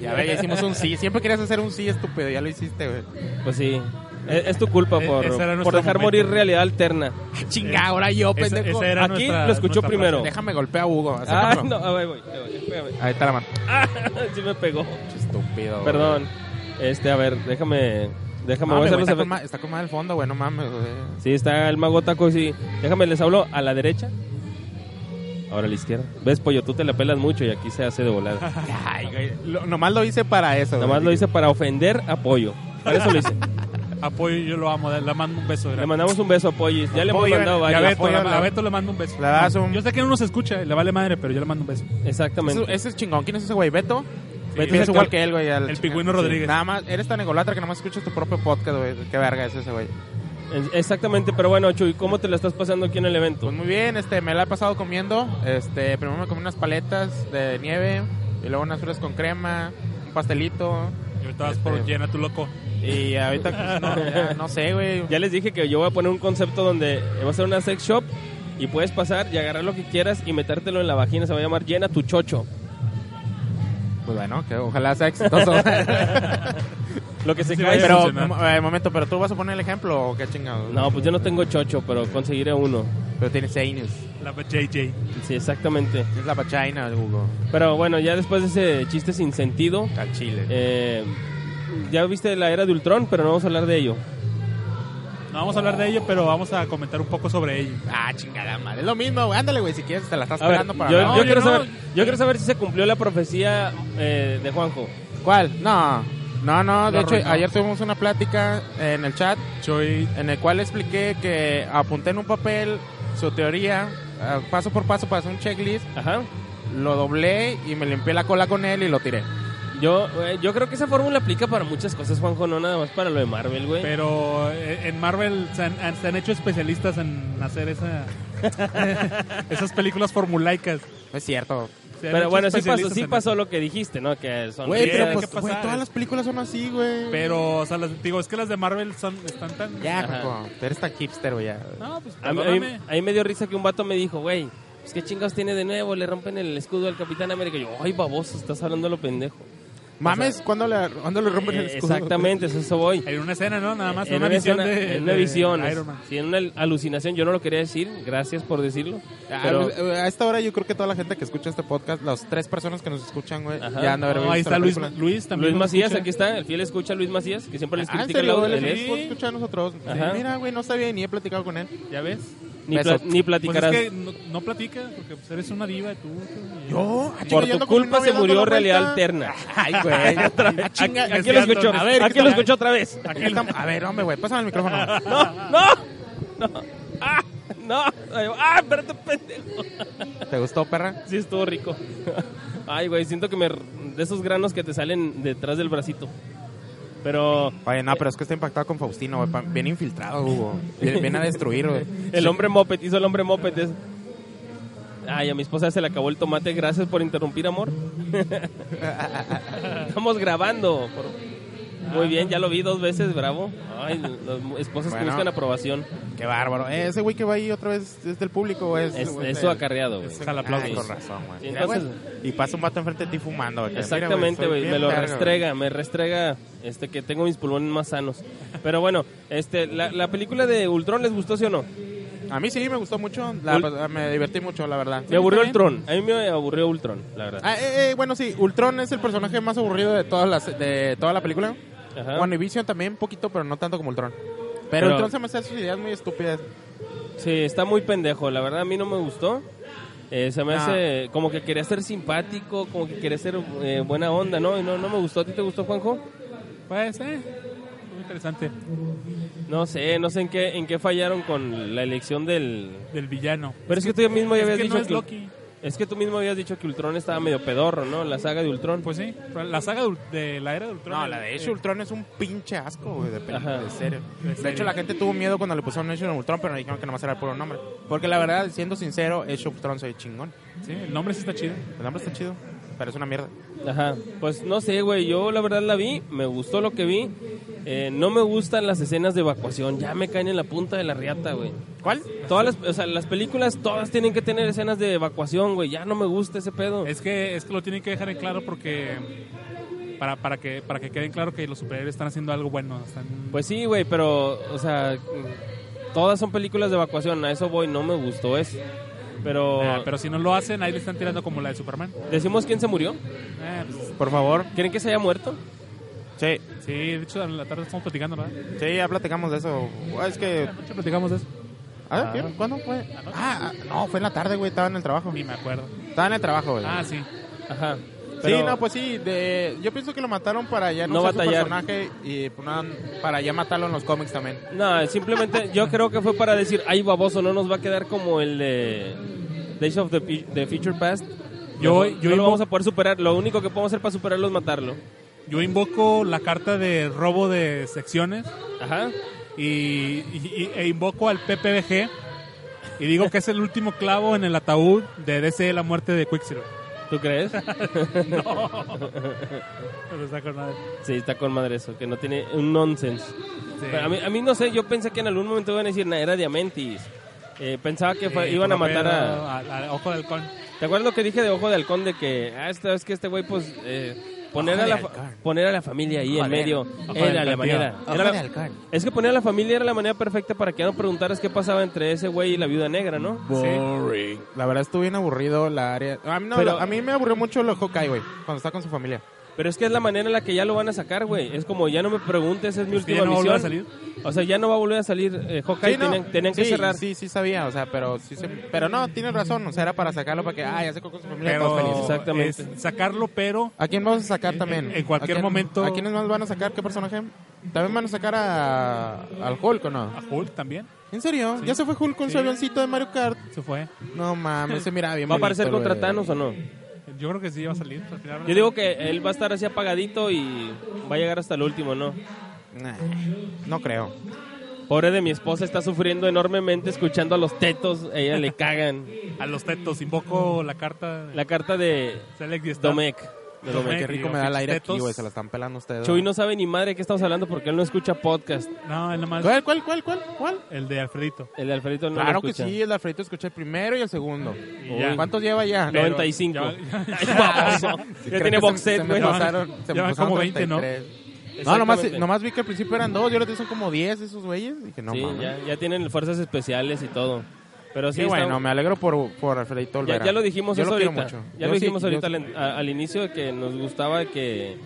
Ya ve, ya hicimos un sí. Siempre querías hacer un sí estúpido, ya lo hiciste, güey.
Pues sí, es, es tu culpa
E-
por,
ese era nuestro
por dejar
momento.
morir realidad alterna.
Ah, Chinga, ahora yo,
Esa-
pendejo. Ah,
esa era
Aquí
nuestra-
lo escuchó
nuestra
primero.
frase.
Déjame golpear a Hugo.
Ah,
acércamelo.
no, ah, ahí voy, ahí voy, espérame.
Ahí está la mano.
Ah, sí me pegó.
Estúpido. güey.
Perdón. Este, a ver, déjame. Déjame,
Mames,
Ah, voy a hacer
güey,
los
está, con
efe-
ma- está con mal el fondo, güey, no mames, güey.
Sí, está el mago taco, sí. Déjame, les hablo a la derecha. Ahora a la izquierda. ¿Ves, pollo? Tú te la pelas mucho y aquí se hace de volada.
Ay, güey. Lo- nomás lo hice para eso.
Nada más
güey.
lo hice para ofender a pollo. Para eso lo hice.
Apoyo, yo lo amo, le mando un beso.
Le
grande.
mandamos un beso a pollo. Ya le hemos
Pollo,
mandado
ya
Y a
varios.
Beto,
apoyo,
la-
la-
a Beto le mando un beso.
le das un-
Yo sé que no nos escucha, le vale madre, pero yo le mando un beso.
Exactamente.
Ese, ese es chingón. ¿Quién es ese güey? ¿Beto?
Beto
Pienso
es el
igual
que-
que él, güey. a la
el
chingada.
pingüino Rodríguez.
Nada más, eres tan egolatra que nada más escuchas tu propio podcast, güey. Qué verga es ese, güey.
En- Exactamente, pero bueno, Chuy, ¿cómo te la estás pasando aquí en el evento?
Pues muy bien, este, me la he pasado comiendo. Este, primero me comí unas paletas de nieve y luego unas fresas con crema, un pastelito.
Y ahorita vas por
Este-
llena tu loco.
Y ahorita, pues, no, ya, no sé, güey.
Ya les dije que yo voy a poner un concepto donde va a ser una sex shop y puedes pasar y agarrar lo que quieras y metértelo en la vagina. Se va a llamar llena tu chocho.
Pues bueno, que ojalá sea exitoso.
Lo que se
Sí,
cae.
vaya a
pero,
funcionar.
mo- eh, momento, pero tú vas a poner el ejemplo o qué chingado.
No, pues yo no tengo chocho, pero conseguiré uno.
Pero tienes años.
La JJ.
Sí, exactamente.
Tienes la pachina, Hugo.
Pero bueno, ya después de ese chiste sin sentido,
Al chile.
eh, ya viste la era de Ultron, pero no vamos a hablar de ello.
No vamos a hablar de ello, pero vamos a comentar un poco sobre ello.
Ah, chingada madre. Es lo mismo, güey. Ándale, güey, si quieres, te la estás
A ver,
esperando para.
yo,
No,
yo quiero
yo no.
saber, yo quiero saber si se cumplió la profecía eh, de Juanjo.
¿Cuál? No. No, no, de
Lo
hecho,
arruinó.
ayer tuvimos una plática en el chat
Choy,
en el cual expliqué que apunté en un papel su teoría, ah, paso por paso, pasé un checklist,
Ajá.
lo doblé y me limpié la cola con él y lo tiré.
Yo, eh, yo creo que esa fórmula aplica para muchas cosas, Juanjo, no nada más para lo de Marvel, güey.
pero eh, en Marvel se han, han- se han hecho especialistas en hacer esa, esas películas formulaicas.
No es cierto.
Se han
Pero
hecho
bueno, sí pasó,
especialistas
sí
en
pasó lo que dijiste, ¿no? Que son
Güey,
Sí,
pero
hay
pues,
que
güey,
pasar.
todas las películas son así, güey.
eso. Pero, o sea, las- digo, es que las de Marvel son, están tan...
Ya,
Ajá.
Coco, tú eres tan hipster, güey. ya.
No, pues
A mí, a mí-
perdóname.
a mí me dio risa que un vato me dijo, güey, pues qué chingados tiene de nuevo, le rompen el escudo al Capitán América. Y yo, ay, baboso, estás hablando a lo pendejo.
Mames, ¿cuándo le, cuándo le rompen el
Eh,
escudo?
exactamente, eso, eso voy.
En una escena, ¿no? Nada más,
En
una, visión
escena-
de,
en una
de
visión,
Iron Man.
sí, en una alucinación, yo no lo quería decir, gracias por decirlo.
Ah,
Pero,
pues, eh, a esta hora yo creo que toda la gente que escucha este podcast, las tres personas que nos escuchan, güey,
Ajá.
ya han de haber
No, ahí
visto la
está Luis,
película.
Luis también.
Luis
nos
Macías,
escucha.
aquí está, el fiel escucha a Luis Macías, que siempre les
Ah, ¿en
critica el
serio?
audio
Él
de
es-
él.
sí, escucha a nosotros. Sí,
Ajá.
Mira, güey, no sabía ni he platicado con él.
¿Ya ves?
Ni,
Beso.
pla- ni
Pues
platicarás.
es que no, no platica, porque pues, eres una diva tú. tú, y-
¿Yo?
Por tu culpa se murió realidad alterna.
Ay, güey. Ah, chinga,
Aquí
aquí
lo
lo
ando-
escuchó,
a ver,
aquí
¿qué
lo
tal?
escuchó otra vez.
escucho. A ver, hombre, güey, pásame el micrófono.
No, no, no. Ah, no. Ah, espérate, pendejo.
¿Te gustó, perra?
Sí, estuvo rico. Ay, güey, siento que me. De esos granos que te salen detrás del bracito. Pero.
Oye, no, pero es que está impactado con Faustino, güey. pa- Bien infiltrado, Hugo. Bien- Viene a destruir, güey.
El hombre moped, hizo el hombre moped. es- Ay, a mi esposa se le acabó el tomate. Gracias por interrumpir, amor. Estamos grabando. por- Muy bien, ya lo vi dos veces, bravo. Ay, las esposas que
Bueno.
buscan aprobación.
Qué bárbaro. Eh, ese güey que va ahí otra vez es del público, güey.
Es,
güey,
es
del-
su acarreado, güey.
ese-
Jalaplausos.
Ah, con razón, güey.
Sí,
Mira, güey,
entonces-
Y pasa un vato enfrente de ti fumando. güey. Mira, güey,
Exactamente,
soy
güey.
bien
Me lo
verga,
restrega, me restrega este que tengo mis pulmones más sanos. Pero bueno, este la, la película de Ultron les gustó, ¿sí o no?
güey. A mí sí, me gustó mucho. la- me divertí mucho, la verdad.
Me aburrió
¿Está bien?
Ultron. A mí me aburrió Ultron, la verdad.
Ah, eh, eh, bueno, sí, Ultron es el personaje más aburrido de, todas las, de toda la película.
Ajá.
WandaVision también un poquito, pero no tanto como Ultron. Pero,
Pero-
Ultron se me hace sus ideas muy estúpidas.
Sí, está muy pendejo. La verdad, a mí no me gustó. Eh, se me
Ah.
hace como que quería ser simpático, como que quería ser eh, buena onda, ¿no? Y no, no me gustó. ¿A ti te gustó, Juanjo?
Pues, eh, muy interesante.
No sé, no sé en qué, en qué fallaron con la elección del...
Del villano.
Pero es que tú mismo
es
ya habías
que
dicho
no es
que-
Loki.
Es que tú mismo habías dicho que Ultron estaba medio pedorro, ¿no? La saga de Ultron.
Pues sí, la saga de, Ul- de la era de Ultron.
No, la de Age
hecho
of Ultron es un pinche asco, güey, de película,
Ajá.
de serio. De
serie.
hecho, la gente tuvo miedo cuando le pusieron Age of Ultron, pero dijeron que nomás era el puro nombre. Porque la verdad, siendo sincero, Age of Ultron soy chingón.
Sí, el nombre sí está chido.
El nombre está chido, pero es una mierda.
Ajá. Pues no sé, güey. Yo la verdad la vi, me gustó lo que vi. Eh, no me gustan las escenas de evacuación. Ya me caen en la punta de la riata, güey.
¿Cuál?
Todas las, o sea, las películas todas tienen que tener escenas de evacuación, güey. Ya no me gusta ese pedo.
Es que, es que lo tienen que dejar en claro porque. Para, para, que, para que queden claro que los superhéroes están haciendo algo bueno. Están,
Pues sí, güey, pero, o sea, mm, todas son películas de evacuación. A eso voy, no me gustó eso. Pero,
Ah, pero si no lo hacen, ahí le están tirando como la de Superman.
¿decimos quién se murió?
Eh, pues,
Por favor.
¿Creen que se haya muerto?
Sí,
sí, de hecho, en la tarde estamos platicando, ¿verdad?
sí, ya platicamos de eso. Ah, Es que...
Anoche platicamos de eso.
A ver, ¿qué? ¿cuándo fue? Ah, ah, no, fue en la tarde, güey, estaba en el trabajo.
Ni me acuerdo.
Estaba en el trabajo, güey.
Ah, sí.
Ajá.
sí,
pero-
no, pues sí, de, yo pienso que lo mataron para ya no,
No
ser
batallar.
su personaje y pues, nada, para ya matarlo en los cómics también.
No, simplemente yo creo que fue para decir, ay baboso, no nos va a quedar como el de Days of the, Fu- the Future Past.
Yo-
no,
yo
no
iba-
lo vamos a poder superar. Lo único que podemos hacer para superarlo es matarlo.
Yo invoco la carta de robo de secciones
Ajá.
y, y- y- e invoco al PPBG y digo que es el último clavo en el ataúd de DC la muerte de Quicksilver.
¿Tú crees?
Pero está con madre.
sí, está con madre eso, que no tiene un nonsense.
Sí.
Pero a, mí, a mí no sé, yo pensé que en algún momento iban a decir, "Nah, era Diamantis. Eh, pensaba que fue-
Sí,
iban a
puro
matar a...
pedo, al- al Ojo de halcón.
¿Te acuerdas lo que dije de Ojo de Halcón? De que, ah, esta vez que este güey, pues, eh, poner, a la fa- poner a la familia ahí en medio
Ojo de
era la
Halcón,
manera.
tío.
era la- es que poner a la familia era la manera perfecta para que ya no preguntaras qué pasaba entre ese güey y la viuda negra, ¿no?
La verdad estuvo bien aburrido la área. A mí, no,
Pero-
a mí me aburrió mucho el Hawkeye, güey, cuando está con su familia.
Pero es que es la manera en la que ya lo van a sacar, güey. Es como, ya no me preguntes, es mi
Es que
última
ya no va a volver
misión.
a salir.
O sea, ya no va a volver a salir eh, Hawkeye,
Sí, no.
tenían, tenían que
Sí,
cerrar.
Sí, sí sabía, o sea, pero sí se- pero no, tienes razón, o sea, era para sacarlo para que, ah, ya se con su familia, todos
Pero
felices.
Exactamente.
es sacarlo, pero
¿A quién vamos a sacar también?
en cualquier
¿A quién-
momento-
¿A quiénes más van a sacar? ¿Qué personaje? ¿También van a sacar a, al Hulk o no?
a Hulk también
¿En serio?
Sí.
¿Ya se fue Hulk con
Sí.
su avioncito de Mario Kart?
se fue.
No mames, se mira bien
¿Va a aparecer
bonito,
contra
güey.
Thanos o no?
Yo creo que sí va a salir. al final.
Yo digo que él va a estar así apagadito y va a llegar hasta el último, ¿no?
Nah, no creo.
Pobre de mi esposa, está sufriendo enormemente escuchando a los tetos. A ella le cagan.
a los tetos invoco la carta de
La carta de
Select y está.
Domecq. De Domecq.
Domecq.
Qué rico me da el aire aquí,
Tetos.
güey. Se la están pelando ustedes.
Chuy no sabe ni madre de qué estamos hablando porque él no escucha podcast.
No, es nada más
¿Cuál, cuál, cuál, cuál? cuál?
el de Alfredito.
El de Alfredito no
claro
lo
que
escucha.
sí, el de Alfredito escuché el primero y el segundo.
Y ya.
¿Cuántos lleva ya?
Pero-
95.
Ya- ya-
Ay, baboso.
Sí,
Ya
creo
tiene
que
box
se-
set,
se me
güey.
pasó.
pasaron-
Ya
se me
van
pasaron
como 20, ¿no?
33. No, nomás,
Exactamente.
nomás vi que al principio eran dos y ahora son como 10 esos güeyes. Y que no,
Sí,
mames.
ya, ya tienen fuerzas especiales y todo. Pero sí,
Sí,
está-
bueno, me alegro por, por Alfredito
ya,
Olvera.
ya lo dijimos
Yo
eso
lo quiero
ahorita.
mucho.
Ya
Yo
lo
sí,
dijimos
yo
ahorita
sí. Eh,
al, a- al inicio de que nos gustaba que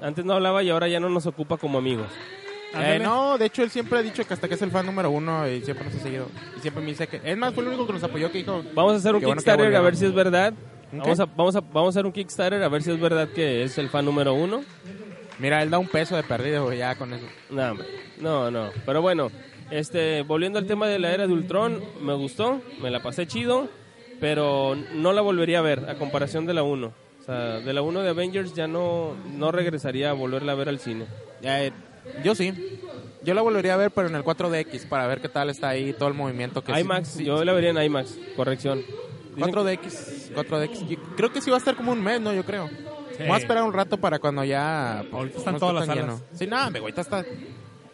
antes no hablaba y ahora ya no nos ocupa como amigos.
Eh, no, de hecho él siempre ha dicho que hasta que es el fan número uno y siempre nos ha seguido. Y siempre me dice que. Es más, fue el único que nos apoyó que dijo.
Vamos a hacer un
Qué bueno que
Kickstarter a
volvieron.
ver si es verdad.
Ok.
Vamos, a, vamos, a, vamos a hacer un Kickstarter a ver si es verdad que es el fan número uno.
Mira, él da un peso de perdido, güey, ya con eso.
No, hombre. no, no. Pero bueno, este, volviendo al tema de la era de Ultron, me gustó, me la pasé chido, pero no la volvería a ver a comparación de la 1. O sea, de la 1 de Avengers ya no, no regresaría a volverla a ver al cine.
Eh, yo sí. Yo la volvería a ver, pero en el 4DX para ver qué tal está ahí todo el movimiento que sí-
IMAX,
sí-
yo la vería en IMAX, corrección. Dicen-
4DX, 4DX. Yo creo que sí va a estar como un mes, ¿no? Yo creo. Voy a esperar un rato para cuando ya.
Ahorita están
no esté
todas las
tan
salas.
lleno. Sí, no, hombre, güey, ahorita está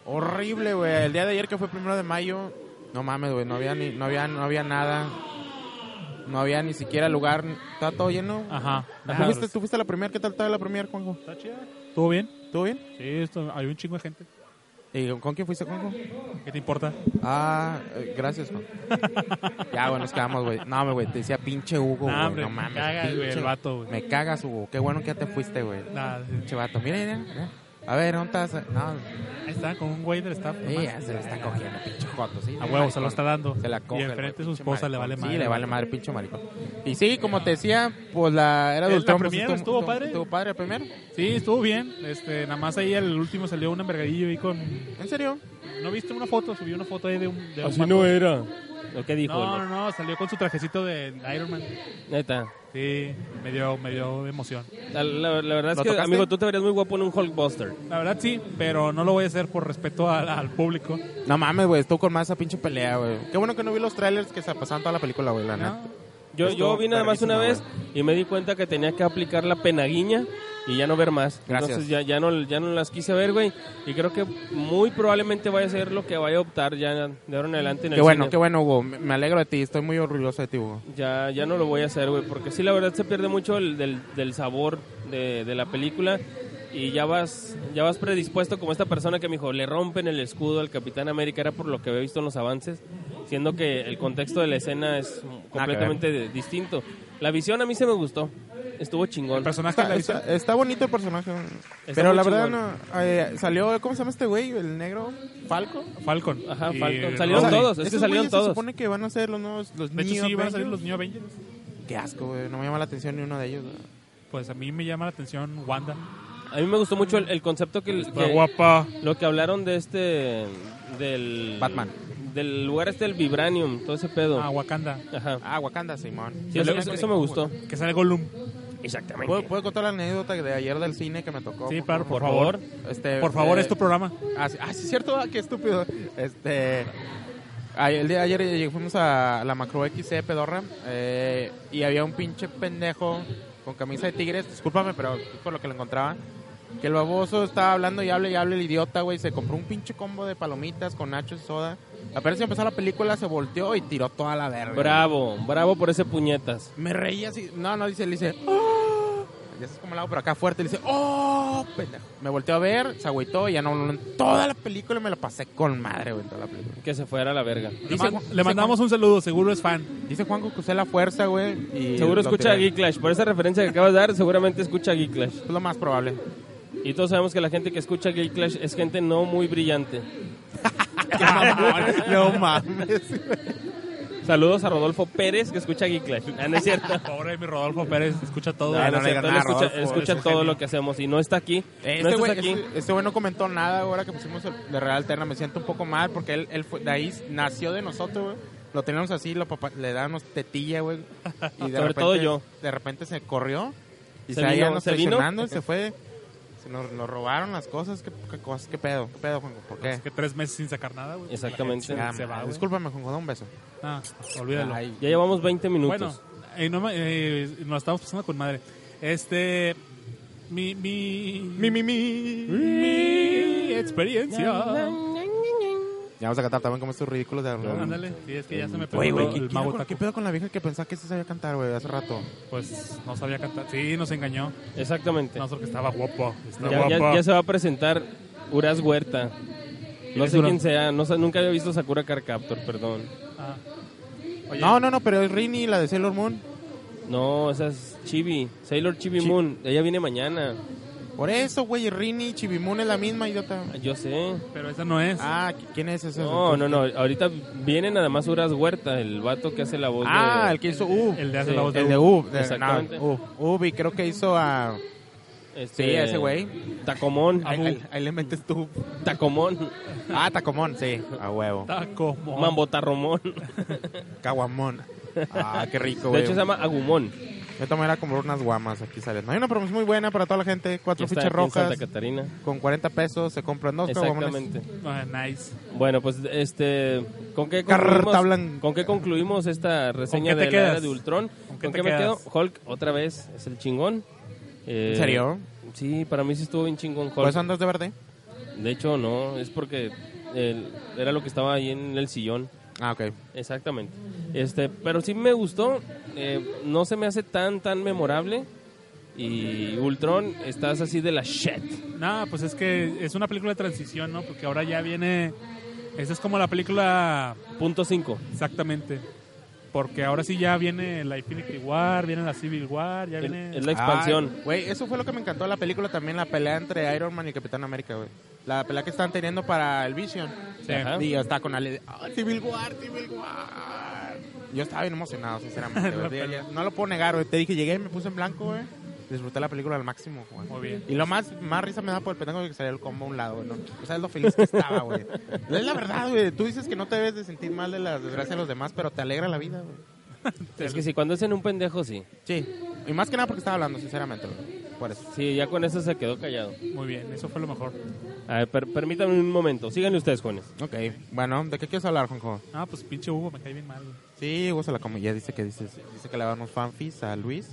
horrible, güey. El día de ayer que fue primero de mayo, no mames, güey, no había ni, no había, no había nada. No había ni siquiera lugar. Estaba todo lleno.
Ajá.
¿Tú,
Ajá.
fuiste, tú fuiste a la primera? ¿Qué tal estaba la primera, Juanjo?
¿Está chida? ¿Todo bien?
¿Todo bien?
Sí, esto, hay un chingo de gente.
¿Y con quién fuiste, Juanjo?
¿Qué te importa?
Ah, eh, gracias, Juan. ya, bueno, nos quedamos, güey. No, hombre, güey, te decía pinche Hugo,
Nah,
güey.
hombre,
no
me
mames.
cagas, güey,
pinche-
el vato, güey.
Me cagas, Hugo. Qué bueno que ya te fuiste, güey.
Nada, sí.
Pinche vato. Mira, mira, mira. A ver, ¿dónde estás? No,
Ahí está, con un güey del staff.
sí, ya se lo está cogiendo, pinche joto, sí.
A huevo, se lo está dando.
Se la coge.
Y enfrente
güey,
su
pinche
esposa le vale
maricón.
madre.
Sí, le vale madre, pinche maricón. Y sí, como te decía, pues la era
¿El- la
adultón, pues,
primera estuvo padre?
Estuvo padre el primero.
Sí, estuvo bien. Este, nada más ahí al último salió un envergadillo ahí con...
¿En serio?
¿No viste una foto? Subió una foto ahí de un... de un vato.
era. ¿Lo que dijo?
No, no,
el-
no, salió con su trajecito de Iron Man.
Neta.
Sí, me dio, me dio emoción.
La, la- la verdad es
¿Lo
que,
tocaste?
amigo, tú te verías muy guapo en un Hulkbuster.
La verdad sí, pero no lo voy a hacer por respeto al, al público.
No mames, güey, estuvo con más esa pinche pelea, güey. Qué bueno que no vi los trailers que se pasaban toda la película, güey, la neta.
¿no?
Yo, yo
Estuvo
vi nada más una vez
perrísimo,
y me di cuenta que tenía que aplicar la penaguiña y ya no ver más.
Gracias.
Entonces ya, ya, no, ya no las quise ver, güey. Y creo que muy probablemente vaya a ser lo que vaya a optar ya de ahora en adelante en el
Qué bueno,
cine.
qué bueno, Hugo. Me me alegro de ti. Estoy muy orgulloso de ti, Hugo.
Ya, ya no lo voy a hacer, güey, porque sí, la verdad se pierde mucho el, del, del sabor de, de la película y ya vas, ya vas predispuesto como esta persona que me dijo, le rompen el escudo al Capitán América, era por lo que había visto en los avances, siendo que el contexto de la escena es
Ah,
completamente de- distinto. La visión a mí se me gustó, estuvo
El
chingón.
personaje
Está,
la hizo-
está- está bonito el personaje. pero
muy
la verdad,
chingón.
no, eh, salió, ¿cómo se llama este güey? El negro Falco.
Falcon.
Ajá,
Y
Falcon.
el
Salieron
Rosie.
todos, es que
esos
salieron
güeyes
todos.
Se supone que van a ser los nuevos. Los
De hecho,
New
sí, van a salir
Avengers.
los New Avengers.
Qué asco, güey. No me llama la atención ni uno de ellos. güey.
Pues a mí me llama la atención Wanda.
A mí me gustó mucho el, el concepto que,
Está
que-
guapa.
lo que hablaron de este, del...
Batman.
Del lugar este del Vibranium, todo ese pedo.
Ah, Wakanda.
Ajá.
Ah, Wakanda, Simón.
Sí, eso, eso- eso me gustó.
Que sale Gollum.
Exactamente.
¿Puedo, puedo contar la anécdota de ayer del cine que me tocó?
Sí, claro, por
Por favor.
favor.
Este,
Por favor,
eh,
es tu programa.
Ah, sí, ah, sí, es cierto, ah, qué estúpido. Este. ay, el día de ayer lleg- fuimos a la Macro XC Pedorra eh, y había un pinche pendejo con camisa de tigres, discúlpame, pero es por lo que lo encontraba. Que el baboso estaba hablando y habla y habla el idiota, güey. Se compró un pinche combo de palomitas con nachos y soda. Apenas empezó la película, se volteó y tiró toda la verga.
Bravo, bravo por ese puñetas.
Me reí así. No, no, dice, le dice, ¡Oh! Ya sabes cómo le hago, pero acá fuerte. Le dice, ¡Oh! Pendejo. Me volteó a ver, se agüitó y ya no, no- Toda la película me la pasé con madre, güey, toda la película.
Que se fuera a la verga.
Le,
dice
man-
Juan-
le
dice
mandamos un saludo, seguro es fan.
Dice Juanjo que usé la fuerza, güey. y
Seguro
lo
escucha a
tiré.
Geek Clash. Por esa referencia que acabas de dar, seguramente escucha a Geek Clash.
Es lo más probable.
Y todos sabemos que la gente que escucha Geek Clash es gente no muy brillante.
no mames.
Saludos a Rodolfo Pérez que escucha Geek Clash. Ah, no es cierto. Ah,
Pobre de mi Rodolfo Pérez, escucha todo.
No, no es
Ah, no le
cierto.
digas
Él
nada,
escucha,
Rodolfo,
escucha
eres un
todo
genio.
lo que hacemos y no está aquí. no
Este
estás
güey
aquí.
este- este güey no comentó nada ahora que pusimos el- de Real Alterna. Me siento un poco mal porque él, él fue, de ahí nació de nosotros, güey. Lo teníamos así, lo papá- le dábamos tetilla, güey. Y de
Sobre
repente-
todo yo.
De repente se corrió y
Se
se, ahí
vino,
nos
se vino.
traicionando y se fue. Se nos, nos robaron las cosas. ¿Qué, qué cosas? ¿Qué pedo? ¿Qué pedo, Juanjo? ¿Por qué?
Es que tres meses sin sacar nada, güey.
Exactamente.
La gente
Ah,
Se va, güey.
discúlpame, Juanjo, da un beso.
Ah, olvídalo.
Ay,
Ya llevamos 20
Bueno,
minutos.
eh, no, me- eh, nos estamos pasando con madre. Este. Mi. Mi. Mi, mi, mi. experiencia.
Ya vamos a cantar también como estos ridículos de
Ándale, sí, es que ya se me pegó
Güey, güey, ¿qué,
el
qué-
mago
¿qué
taco.
pedo con la vieja que pensaba que sí sabía cantar, güey, hace rato?
Pues no sabía cantar. Sí, nos engañó.
Exactamente.
No, solo que estaba guapo. Está
Ya, ya-
guapa.
ya se va a presentar Uras Huerta. No
es
sé
Uras?
quién sea, no sé- nunca había visto Sakura Car Captor, perdón.
Ah. Oye,
No, no, no, pero es Rini, la de Sailor Moon.
No, esa es Chibi, Sailor Chibi
Chi-
Moon. Ella viene mañana.
Por eso, güey, Rini, Chibimun es la misma idiota.
Ah, Yo sé.
Pero esa no es.
Ah, ¿qui- ¿quién es ese?
No, no, no. Ahorita viene nada más Uras Huerta, el vato que hace la voz
Ah, el
de
que hizo Ub.
el de hace
sí,
la voz de.
El de Ub. De,
Exactamente.
no, Ub. Ub, y creo que hizo a...
este,
Sí, ese güey.
Tacomón,
Ahí, ahí- ahí le metes tú.
Tacomón,
Ah, Tacomón, sí. A huevo.
Está
Oh.
como.
Mambotarromón.
Caguamón. Ah, qué rico,
De
güey.
hecho se llama Agumón.
Yo también era como unas guamas aquí sale. No, hay una promoción muy buena para toda la gente.
Que
Cuatro
está
fichas
aquí en Santa
rojas.
Catarina.
Con 40 pesos se compran dos caguamones.
Exactamente.
Ah, nice.
Bueno, pues este, ¿con qué
Carta
concluimos,
blanca.
¿con qué concluimos esta reseña
¿Con qué
de
te
la era
quedas?
de Ultron? ¿Con
¿Con
qué,
qué te
me quedo?
quedas?
Hulk otra vez es el chingón. Eh,
¿En serio?
Sí, para mí sí estuvo bien chingón Hulk.
¿Por eso andas de verde?
De hecho, no, es porque el- era lo que estaba ahí en el sillón.
Ah, ok.
Exactamente. Este, pero sí me gustó. eh, no se me hace tan, tan memorable. Y Ultron, estás así de la shit.
Nada, pues es que es una película de transición, ¿no? Porque ahora ya viene. Esa es como la película.
Punto 5.
Exactamente. Porque ahora sí ya viene la Infinity War, viene la Civil War, ya viene.
Es la expansión.
Ay, Güey, eso fue lo que me encantó de la película también, la pelea entre Iron Man y Capitán América, güey. La pelea que están teniendo para el Vision.
Sí.
Ajá.
Y yo estaba con Ale, "Ah, Civil War, Civil War. Yo estaba bien emocionado, sinceramente, güey. Digo, ya- No lo puedo negar, güey. Te dije, llegué y me puse en blanco, güey. Disfruté la película al máximo, güey.
Muy bien.
Y lo más, más risa me da por el pendejo que salió el combo a un lado, güey. ¿no? O sea, es lo feliz que estaba, güey. Es la verdad, güey. Tú dices que no te debes de sentir mal de las desgracias de los demás, pero te alegra la vida, güey.
Es que sí, cuando es en un pendejo, sí.
Sí. Y más que nada porque estaba hablando, sinceramente, güey. Por eso.
Sí, ya con eso se quedó callado.
Muy bien, eso fue lo mejor.
A ver, per- permítanme un momento. Síganle ustedes, jóvenes.
Ok, bueno, ¿de qué quieres hablar, Juanjo?
Ah, pues pinche Hugo, me cae bien mal. güey.
Sí, Hugo se la como. Ya dice que, dice, dice que le damos fanfis a Luis.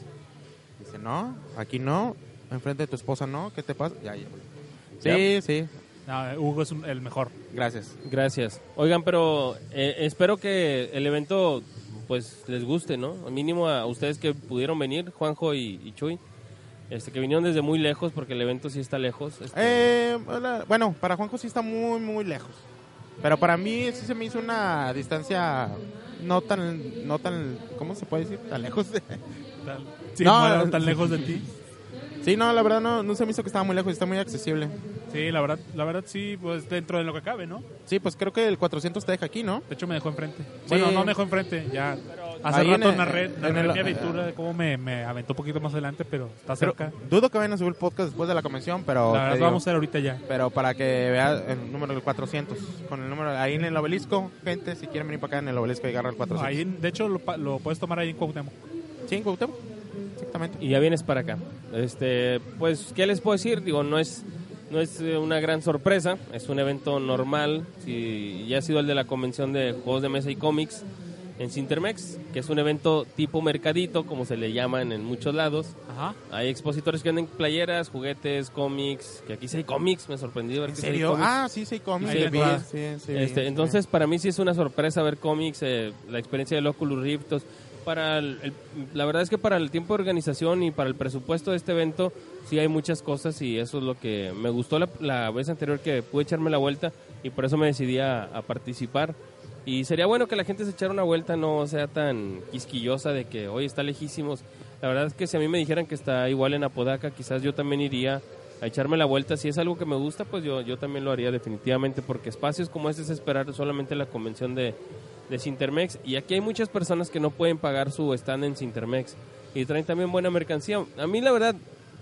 Dice, no, aquí no, enfrente de tu esposa no, ¿qué te pasa? Ya, ya. Sí, sí,
No, Ah, Hugo es un- el mejor.
gracias.
Gracias. Oigan, pero eh, espero que el evento pues les guste, ¿no? Al Mínimo a ustedes que pudieron venir, Juanjo y, y Chuy, este, que vinieron desde muy lejos porque el evento sí está lejos. este,
Eh, hola. Bueno, para Juanjo sí está muy, muy lejos. Pero para mí sí se me hizo una distancia no tan, no tan, ¿cómo se puede decir? Tan lejos.
Tal- Sí,
No,
bueno,
eh,
tan lejos de ti.
sí, no, la verdad no, no se me hizo que estaba muy lejos, está muy accesible.
Sí, la verdad, la verdad sí, pues dentro de lo que cabe, ¿no?
Sí, pues creo que el 400 te deja aquí, ¿no?
De hecho, me dejó enfrente.
Sí.
Bueno, no me dejó enfrente, ya. Hace
Ahí en
rato
el-
una red,
en el-
mi aventura de cómo me, me aventó un poquito más adelante, pero está
Pero
cerca.
dudo que vayan a subir podcast después de la convención, pero...
la
te
verdad,
digo.
vamos a hacer ahorita ya.
Pero para que vea el número del 400, con el número ahí en el obelisco, gente, si quieren venir para acá en el obelisco y agarrar el 400.
Ahí, de hecho, lo, pa- lo puedes tomar ahí en Cuauhtémoc.
Sí, en Cuauhtémoc. Exactamente.
y ya vienes para acá. Este, pues, ¿qué les puedo decir? Digo, no es, no es eh, una gran sorpresa, es un evento normal. Si ya ha sido el de la convención de juegos de mesa y cómics en Cintermex, que es un evento tipo mercadito, como se le llaman en muchos lados.
Ajá.
Hay expositores que venden playeras, juguetes, cómics, que aquí sí hay cómics, me sorprendí ver
¿En
que sí hay
serio?
cómics.
Ah, sí, sí, cómics.
Ahí
Sí,
en
vi,
la-
sí, sí, vi,
Este,
sí.
entonces, para mí sí es una sorpresa ver cómics, eh, la experiencia del Oculus Rift. os- Para el- el- la verdad es que para el tiempo de organización y para el presupuesto de este evento, sí hay muchas cosas y eso es lo que me gustó la, la vez anterior que pude echarme la vuelta y por eso me decidí a, a participar. Y sería bueno que la gente se echara una vuelta, no sea tan quisquillosa de que hoy está lejísimos. La verdad es que si a mí me dijeran que está igual en Apodaca, quizás yo también iría a echarme la vuelta. Si es algo que me gusta, pues yo, yo también lo haría definitivamente, porque espacios como este es esperar solamente la convención de, de Cintermex. Y aquí hay muchas personas que no pueden pagar su stand en Cintermex. Y traen también buena mercancía. A mí, la verdad,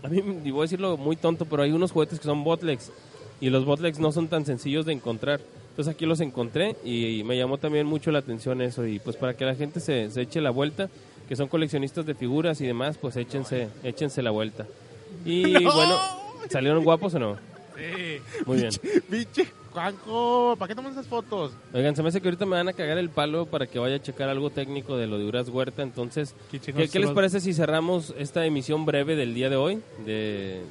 a mí, y voy a decirlo muy tonto, pero hay unos juguetes que son botlegs. Y los botlegs no son tan sencillos de encontrar. Entonces aquí los encontré y, me llamó también mucho la atención eso. Y pues para que la gente se, se eche la vuelta, que son coleccionistas de figuras y demás, pues échense, échense la vuelta. Y bueno, ¿salieron guapos o no?
Sí.
Muy bien.
Biche, Juanjo, ¿para qué toman esas fotos?
Oigan, se me hace que ahorita me van a cagar el palo para que vaya a checar algo técnico de lo de Uras Huerta. Entonces,
Qué
¿qué,
chingón
qué les
estuvo.
parece si cerramos esta emisión breve del día de hoy? De,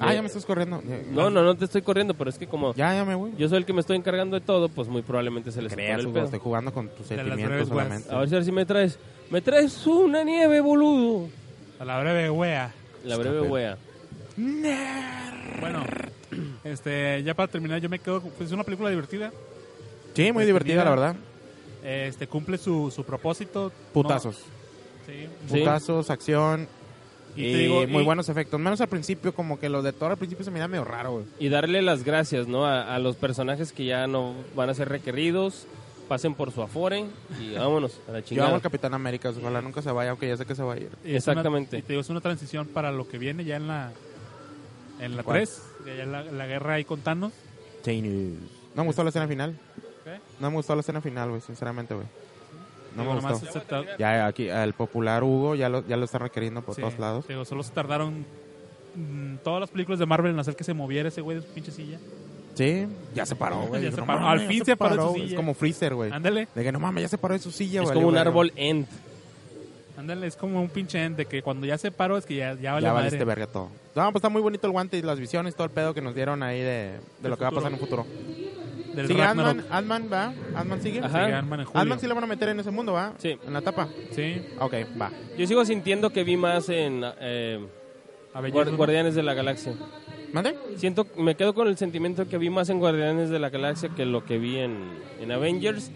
Ah,
de-
ya me estás corriendo. Ya-
No, no, no te estoy corriendo, pero es que como
Ya, ya me voy.
yo soy el que me estoy encargando de todo, pues muy probablemente se les pone
Creas,
el
Hugo,
pedo.
estoy jugando con tus
las
sentimientos
breves weas.
solamente.
A ver si ahora sí me traes. Me traes una nieve, boludo.
A la breve, wea.
La breve wea.
Bueno, este, ya para terminar, yo me quedo. pues, Es una película divertida.
Sí, muy
Este,
divertida,
mira.
la verdad.
Este, cumple su, su propósito.
Putazos.
No, sí.
Sí.
Putazos, acción y,
Y, te digo,
muy
y-
buenos efectos. Menos al principio, como que los de Thor al principio se me da medio raro, güey.
Y darle las gracias, ¿no? A, a los personajes que ya no van a ser requeridos. Pasen por su afore y vámonos a la
Yo amo
chingada.
al Capitán América, ojalá nunca se vaya, aunque ya sé que se va a ir.
y es una-
Exactamente.
y te digo, es una transición para lo que viene ya en la. En la
¿Cuál?
3. Ya la, la guerra ahí con Thanos.
No me gustó la escena final.
¿Qué?
No me gustó la escena final, güey, sinceramente, güey. No
Digo,
me
nomás
gustó.
se tar-
Ya aquí, el popular Hugo ya lo, ya lo está requiriendo por
sí,
todos lados.
te digo, solo se tardaron mm, todas las películas de Marvel en hacer que se moviera ese güey de su pinche silla.
Sí, ya se paró, güey.
Ya
No
se paró.
mames,
Al
ya
fin se paró de su
Es
silla.
como Freezer, güey.
Ándale,
De que no mames, ya se paró de su silla,
es
güey.
como un
Vale,
árbol end.
Ándale, es como un pinche end de que cuando ya se paró es que ya, ya vale
ya
madre.
valiste verga todo. No, pues está muy bonito el guante y las visiones, todo el pedo que nos dieron ahí de, de lo que va a pasar en un futuro.
Del
Sigue
Ragnarok.
Ant-Man, Ant-Man, va. Ant-Man sigue.
Ajá.
Sigue Ant-Man en julio.
Ant-Man sí le van a meter en ese mundo, va.
Sí.
En la tapa.
Sí,
Ok, va.
Yo sigo sintiendo que vi más en eh,
Avengers
Guar-
uno.
Guardianes de la Galaxia.
¿Mande?
Siento, me quedo con el sentimiento que vi más en Guardianes de la Galaxia que lo que vi en, en Avengers.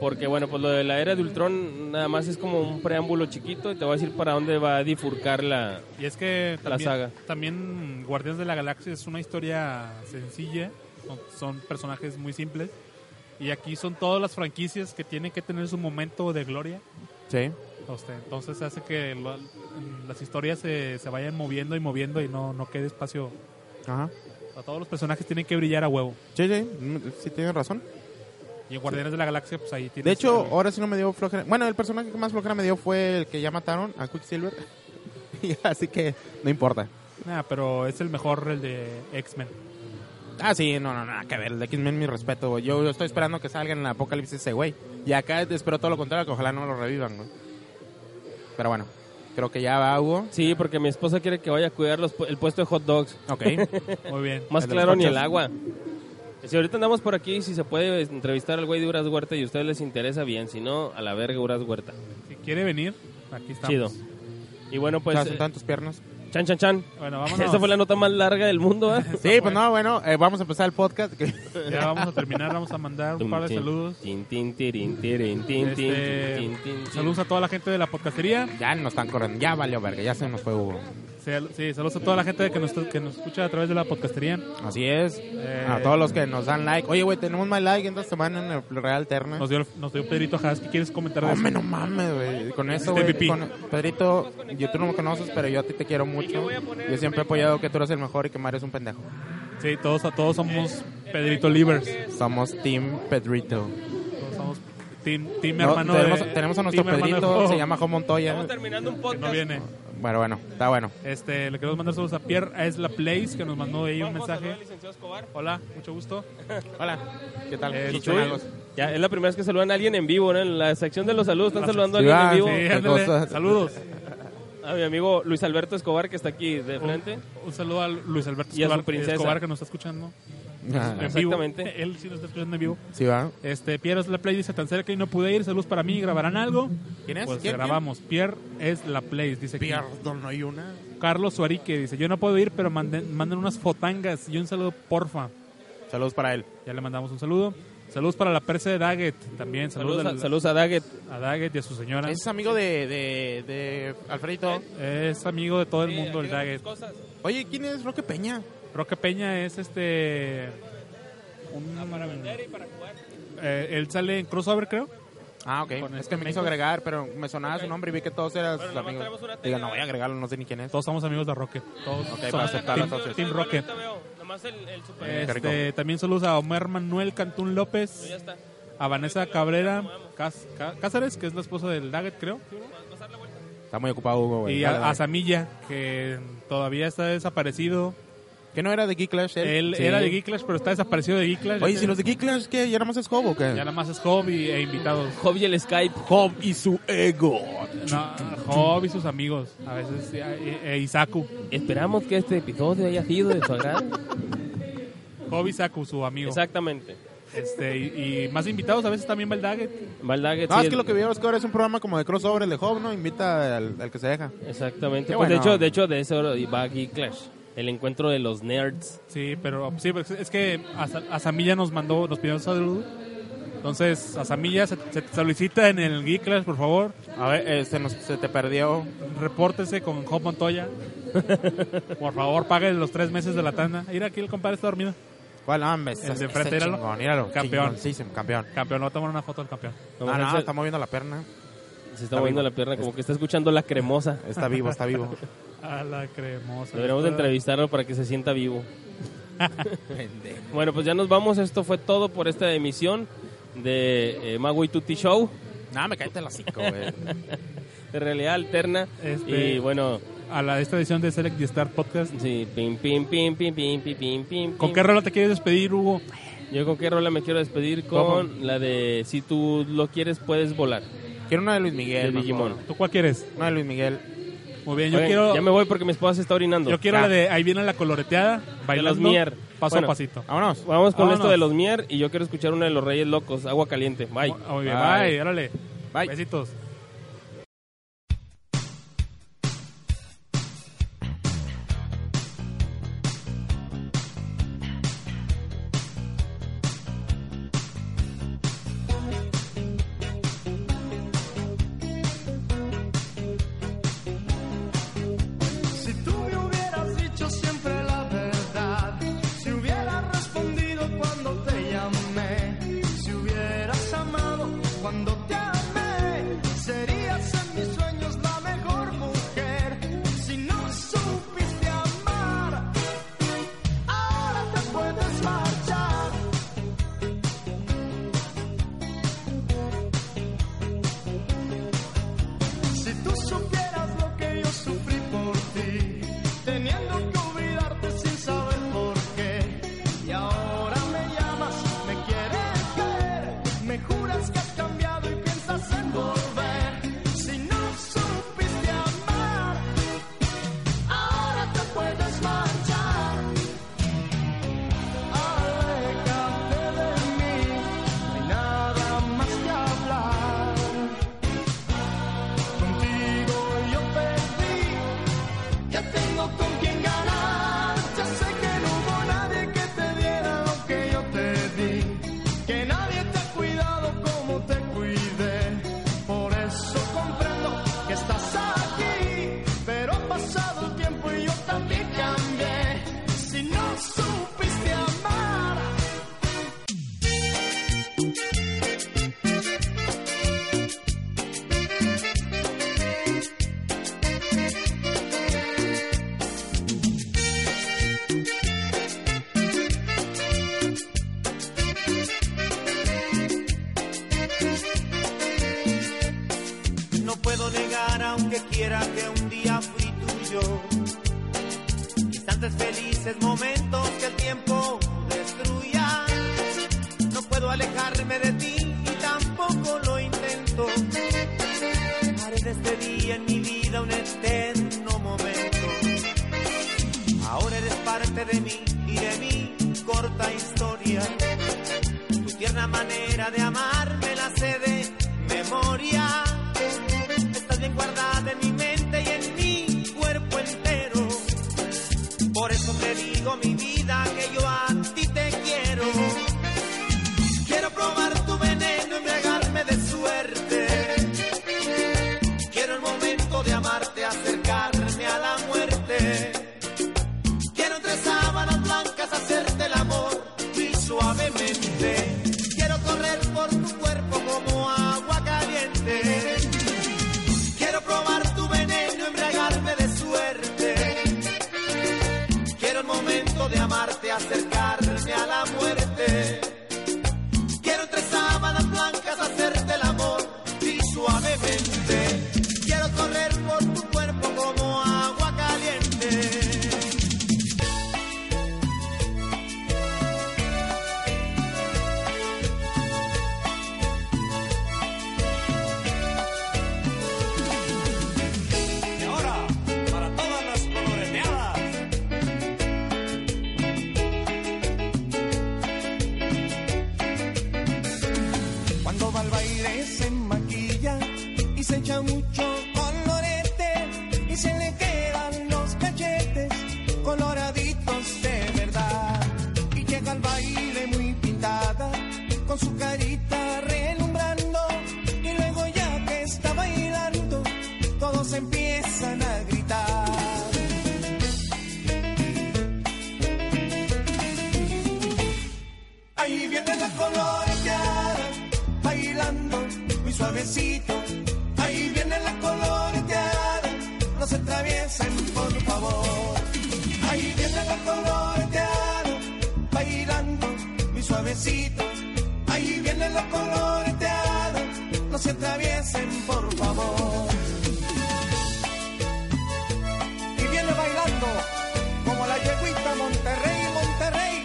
Porque bueno, pues lo de la era de Ultron nada más es como un preámbulo chiquito y te va a decir para dónde va a difurcar la...
Y es que
La
también,
saga.
también Guardianes de la Galaxia es una historia sencilla, son, son personajes muy simples. Y aquí son todas las franquicias que tienen que tener su momento de gloria.
Sí.
o sea, Entonces hace que lo- las historias se, se vayan moviendo y moviendo y no, no quede espacio.
Ajá.
O sea, todos los personajes tienen que brillar a huevo.
Sí, sí. mm, Sí, tienes razón.
Y en Guardianes de la Galaxia, pues ahí tiene.
De hecho, ahora sí no me dio flojera. Bueno, el personaje que más flojera me dio fue el que ya mataron a Quicksilver. Y Así que no importa.
Nah, Ah, pero es el mejor, el de X-Men.
Ah, sí, no, no, nada que ver. El de X-Men, mi respeto, güey. Yo, yo estoy esperando que salga en el apocalipsis ese güey. Y acá espero todo lo contrario, que ojalá no lo revivan, güey. Pero bueno, creo que ya va, Hugo.
Sí, porque mi esposa quiere que vaya a cuidar los pu- el puesto de hot dogs.
Ok.
Muy bien.
Más
El de los
claro ni el
coches.
agua. Si ahorita andamos por aquí, si se puede entrevistar al güey de Uras Huerta y a ustedes les interesa, bien. Si no, a la verga Uras Huerta.
Si quiere venir, aquí estamos.
Chido. Y bueno, pues...
¿Estás
eh,
sentado en tus piernas?
chan, chan, chan.
Bueno, vámonos.
Esa fue la nota más larga del mundo, ¿eh?
Sí, pues no, bueno, eh, vamos a empezar el podcast. que-
Ya vamos a terminar, vamos a mandar un par de saludos.
Tin, tin, tirin, tirin, tin, tin,
Este,
tin, tin, tin.
saludos a toda la gente de la podcastería.
ya nos están corriendo, ya valió verga, ya se nos fue Hugo.
Sal- Sí, saludos a toda la gente que nos, que nos escucha a través de la podcastería.
Así es.
Eh,
A todos los que nos dan like. Oye, güey, tenemos más like en esta semana en el Real Alterna.
Nos dio, nos dio Pedrito Haas. ¿Qué quieres comentar de eso?
Hombre, no mames, güey. Con eso,
Este
güey.
pipí.
con- Pedrito, yo tú no me conoces, pero yo a ti te quiero mucho. Yo siempre he apoyado que tú eres el mejor y que Mario es un pendejo.
Sí, todos, todos somos Pedrito Livers.
Somos Team Pedrito.
Todos somos Team, team
No,
hermano.
tenemos,
de-
tenemos a nuestro
team hermano de
Pedrito,
Jojo,
se llama Jo Montoya.
Estamos terminando un
que no
podcast.
viene.
Bueno, bueno, está bueno.
Este, le queremos mandar saludos a Pierre Aesla Place, que nos mandó ahí un
Vamos, saluda
mensaje.
al licenciado Escobar.
Hola, mucho gusto.
Hola, ¿qué tal?
Eh,
Chichuy.
Chuy.
Ya, es la primera vez que saludan a alguien en vivo, ¿no? En la sección de los saludos están
La
saludando a
sección-
alguien en
Sí,
vivo.
qué
ándale.
cosas.
Saludos.
A mi amigo Luis Alberto Escobar, que está aquí de frente.
Un, un saludo a Luis Alberto
Y a su
Escobar,
princesa.
Escobar, que nos está escuchando.
Ah,
en vivo.
exactamente.
Él sí nos está escuchando en vivo.
¿Sí va?
Este, Pierre es la play, dice tan cerca y no pude ir. Saludos para mí, ¿grabarán algo?
¿Quién es?
Pues
¿Quién,
grabamos. Pierre es la play, dice aquí.
Perdón, no hay una.
Carlos Suarique dice: Yo no puedo ir, pero manden, manden unas fotangas y un saludo, porfa.
Saludos para él.
Ya le mandamos un saludo. Saludos para la persa de Daggett también. Saludos,
Saludos a,
al-
saludos a Daggett.
a Daggett y a su señora.
Es amigo de, de, de Alfredito.
Es amigo de todo el mundo el Daggett.
Oye, ¿quién es Roque Peña?
Roque Peña es este. Un, Eh, él sale en crossover, creo.
Ah, ok.
Con
Es
este
que me
México.
quiso agregar, pero me sonaba su nombre y vi que todos eran sus
nomás
amigos.
tenemos una tela.
Digo, no voy a agregarlo, no sé ni quién es.
Todos somos amigos de Roque. Todos
Ok,
somos
para aceptarlo,
Team-
entonces.
Team Roque.
Nomás el, el super...
qué
Este,
rico.
también saludos a Omar Manuel Cantún López,
Ya está.
a Vanessa Cabrera Cas- Ca- Cázares, que es la esposa del Daggett, creo,
Está muy ocupado Hugo, güey.
y
Dale,
a,
dale.
a Samilla, que todavía está desaparecido.
¿Que no era de Geek Clash?
Él
Sí.
era de Geek Clash, pero está desaparecido de Geek Clash.
Oye,
Ya
si
tiene-
los de Geek Clash, ¿qué? ¿Ya nada más es Hobo o
Ya
qué?
nada más es hobby e invitados.
Job y el Skype.
Hob y su ego.
No, Job y sus amigos, a veces sí, e- e Isaku.
Esperamos que este episodio haya sido de su agrado.
Job Isaku, su amigo.
Exactamente.
Este, y, y más invitados, a veces también va el Daggett.
Va el Daggett,
No,
sí,
es que
el-
lo que vieron es que ahora es un programa como de crossover, el de Hob, ¿no? Invita al, al que se deja.
Exactamente.
Qué
Pues, de,
bueno.
hecho, de hecho, de eso va Geek Clash. El encuentro de los nerds.
Sí, pero sí, pero es que a, Sa- a Samilla nos mandó, nos pidió salud. Entonces, a Samilla se, se te solicita en el Geek Clash, por favor.
A ver, este, nos, se te perdió.
Repórtese con Job Montoya. Por favor, pague los tres meses de la tanda. Mira aquí, el compadre está dormido.
¿Cuál? Ah, me está
de frente, míralo.
chingón, míralo.
Campeón.
Chingoncísimo, campeón.
Campeón, le voy a tomar una foto del campeón.
No,
Ah, no,
se,
está moviendo la perna.
se está moviendo la pierna, como que está escuchando la cremosa.
Está vivo, está vivo.
A la cremosa.
Deberíamos de entrevistarlo para que se sienta vivo. bueno, pues ya nos vamos. Esto fue todo por esta emisión de eh, Mago y Tutti Show,
Nada, me caíste el hocico, güey.
de realidad alterna.
Este-
Y bueno,
A la esta edición de Select y Start Podcast.
sí, pim, pim, pim, pim, pim, pim, pim, pim.
¿Con qué rola te quieres despedir, Hugo?
Yo con qué rola me quiero despedir con
¿Cómo?
la de Si tú lo quieres, puedes volar.
Quiero uno de Luis Miguel.
De
mejor.
Digimon.
¿Tú cuál quieres?
Uno de Luis Miguel.
Muy bien, yo
Oigan,
quiero,
Ya me voy porque mi esposa se está orinando.
yo quiero
Ah,
la de ahí viene la coloreteada, bailando,
Mier.
paso
Bueno.
a pasito.
Vámonos.
Vamos con
Vámonos.
esto de los Mier y yo quiero escuchar una de los Reyes Locos, Agua Caliente. Bye.
Ah, Muy bien,
Bye.
bye, órale.
Bye.
Besitos.
Si tú me hubieras dicho siempre la verdad, si hubieras respondido cuando te llamé, si hubieras amado cuando te amé, serías en mis sueños la mejor mujer. Si no supiste amar, ahora te puedes marchar. Si tú supieras lo que yo sufrí por ti, teniendo que olvidarte sin saber por qué. Y ahora me llamas, me quieres ver, me juras que has cambiado y piensas en volver. Si no supiste amar, ahora te puedes marchar. Aléjate de mí, no hay nada más que hablar. Contigo yo perdí, ya tengo con quien ganar. Ya sé que no hubo nadie que te diera lo que yo te di, que nadie te ha cuidado como te cuidé. Por eso comprendo que estás aquí, pero ha pasado el tiempo y yo también cambié. Si no supiste amar.
No puedo negar aunque quiera que un día fui tuyo. Instantes felices, momentos que el tiempo destruya. No puedo alejarme de ti y tampoco lo intento. Haré de este día en mi vida un eterno momento. Ahora eres parte de mí y de mi corta historia. Tu tierna manera de amarme la sé de memoria. Estás bien guardada en mi mente y en mi cuerpo entero. Por eso te digo, mi vida, que yo a ti te quiero. Quiero probar tu veneno, embriagarme de suerte. Quiero el momento de amarte, acercarme a la muerte. Quiero entre sábanas blancas hacerte el amor y suavemente. Quiero correr por tu cuerpo como agua caliente. Quiero probar tu veneno, embriagarme de suerte. Quiero el momento de amarte, acercarme a la muerte. Quiero entre sábanas blancas hacerte el amor y suavemente. Quiero correr por tu cuerpo como agua caliente. Y ahora, para todas las coloreteadas.
Cuando va al baile se maquilla y se echa mucho colorete y se le quedan los cachetes coloraditos de verdad. Y llega al baile muy pintada con su carita relumbrando y luego ya que está bailando todos empiezan a gritar. Ahí viene la coloreteada, bailando muy suavecito. Ahí viene la coloreteada, no se atraviesen, por favor. Ahí viene la coloreteada, bailando muy suavecito. Ahí viene la coloreteada, no se atraviesen, por favor. Y viene bailando como la yeguita Monterrey, Monterrey.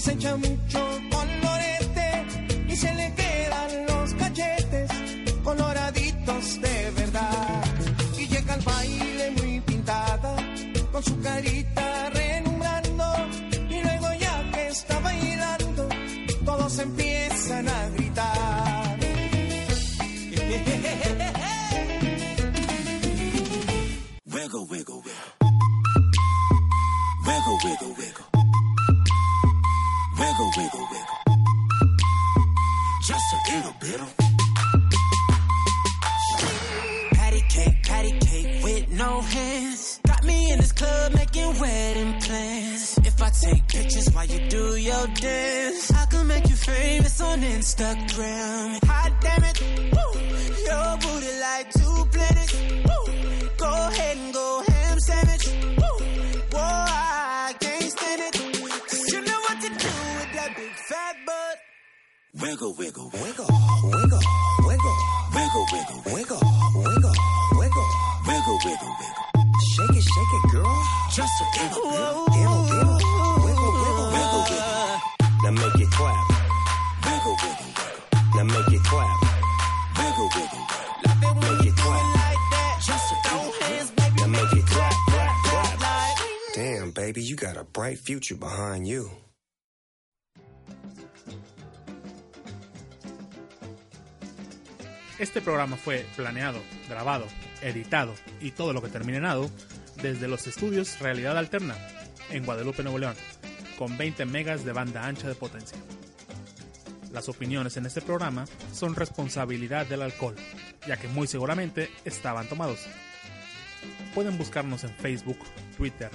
se echa mucho colorete y se le quedan los cachetes coloraditos de verdad. Y llega al baile muy pintada con su carita renumbrando y luego ya que está bailando todos empiezan a gritar.
Wiggle, wiggle, wiggle. Wiggle, wiggle, wiggle. Wiggle, wiggle, wiggle. Just a little bit of.
patty cake, patty cake with no hands. Got me in this club making wedding plans. If I take pictures while you do your dance, I can make you famous on Instagram. Hot damn it, woo. Your booty like two planets. Woo. Go ahead and go ham sandwich. Woo. Whoa, I can't stand it. 'Cause you know what to do with that big fat butt.
Wiggle, wiggle, wiggle, wiggle, wiggle, wiggle, wiggle, wiggle, wiggle, wiggle, wiggle, wiggle, wiggle. Shake it, shake it, girl. Just a little, little, little, little. Wiggle, wiggle, wiggle, wiggle. Now make it clap. Wiggle, wiggle, wiggle. Now make it clap. Wiggle, wiggle, wiggle. Make it clap. Just a little. Now make it clap, clap, clap. Damn, baby, you got a bright future behind you.
Este programa fue planeado, grabado, editado y todo lo que termine en ado desde los estudios Realidad Alterna en Guadalupe, Nuevo León, con 20 megas de banda ancha de potencia. Las opiniones en este programa son responsabilidad del alcohol, ya que muy seguramente estaban tomados. Pueden buscarnos en Facebook, Twitter,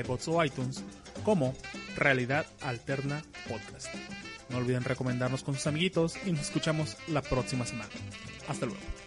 iBots o iTunes como Realidad Alterna Podcast. No olviden recomendarnos con sus amiguitos y nos escuchamos la próxima semana. Hasta luego.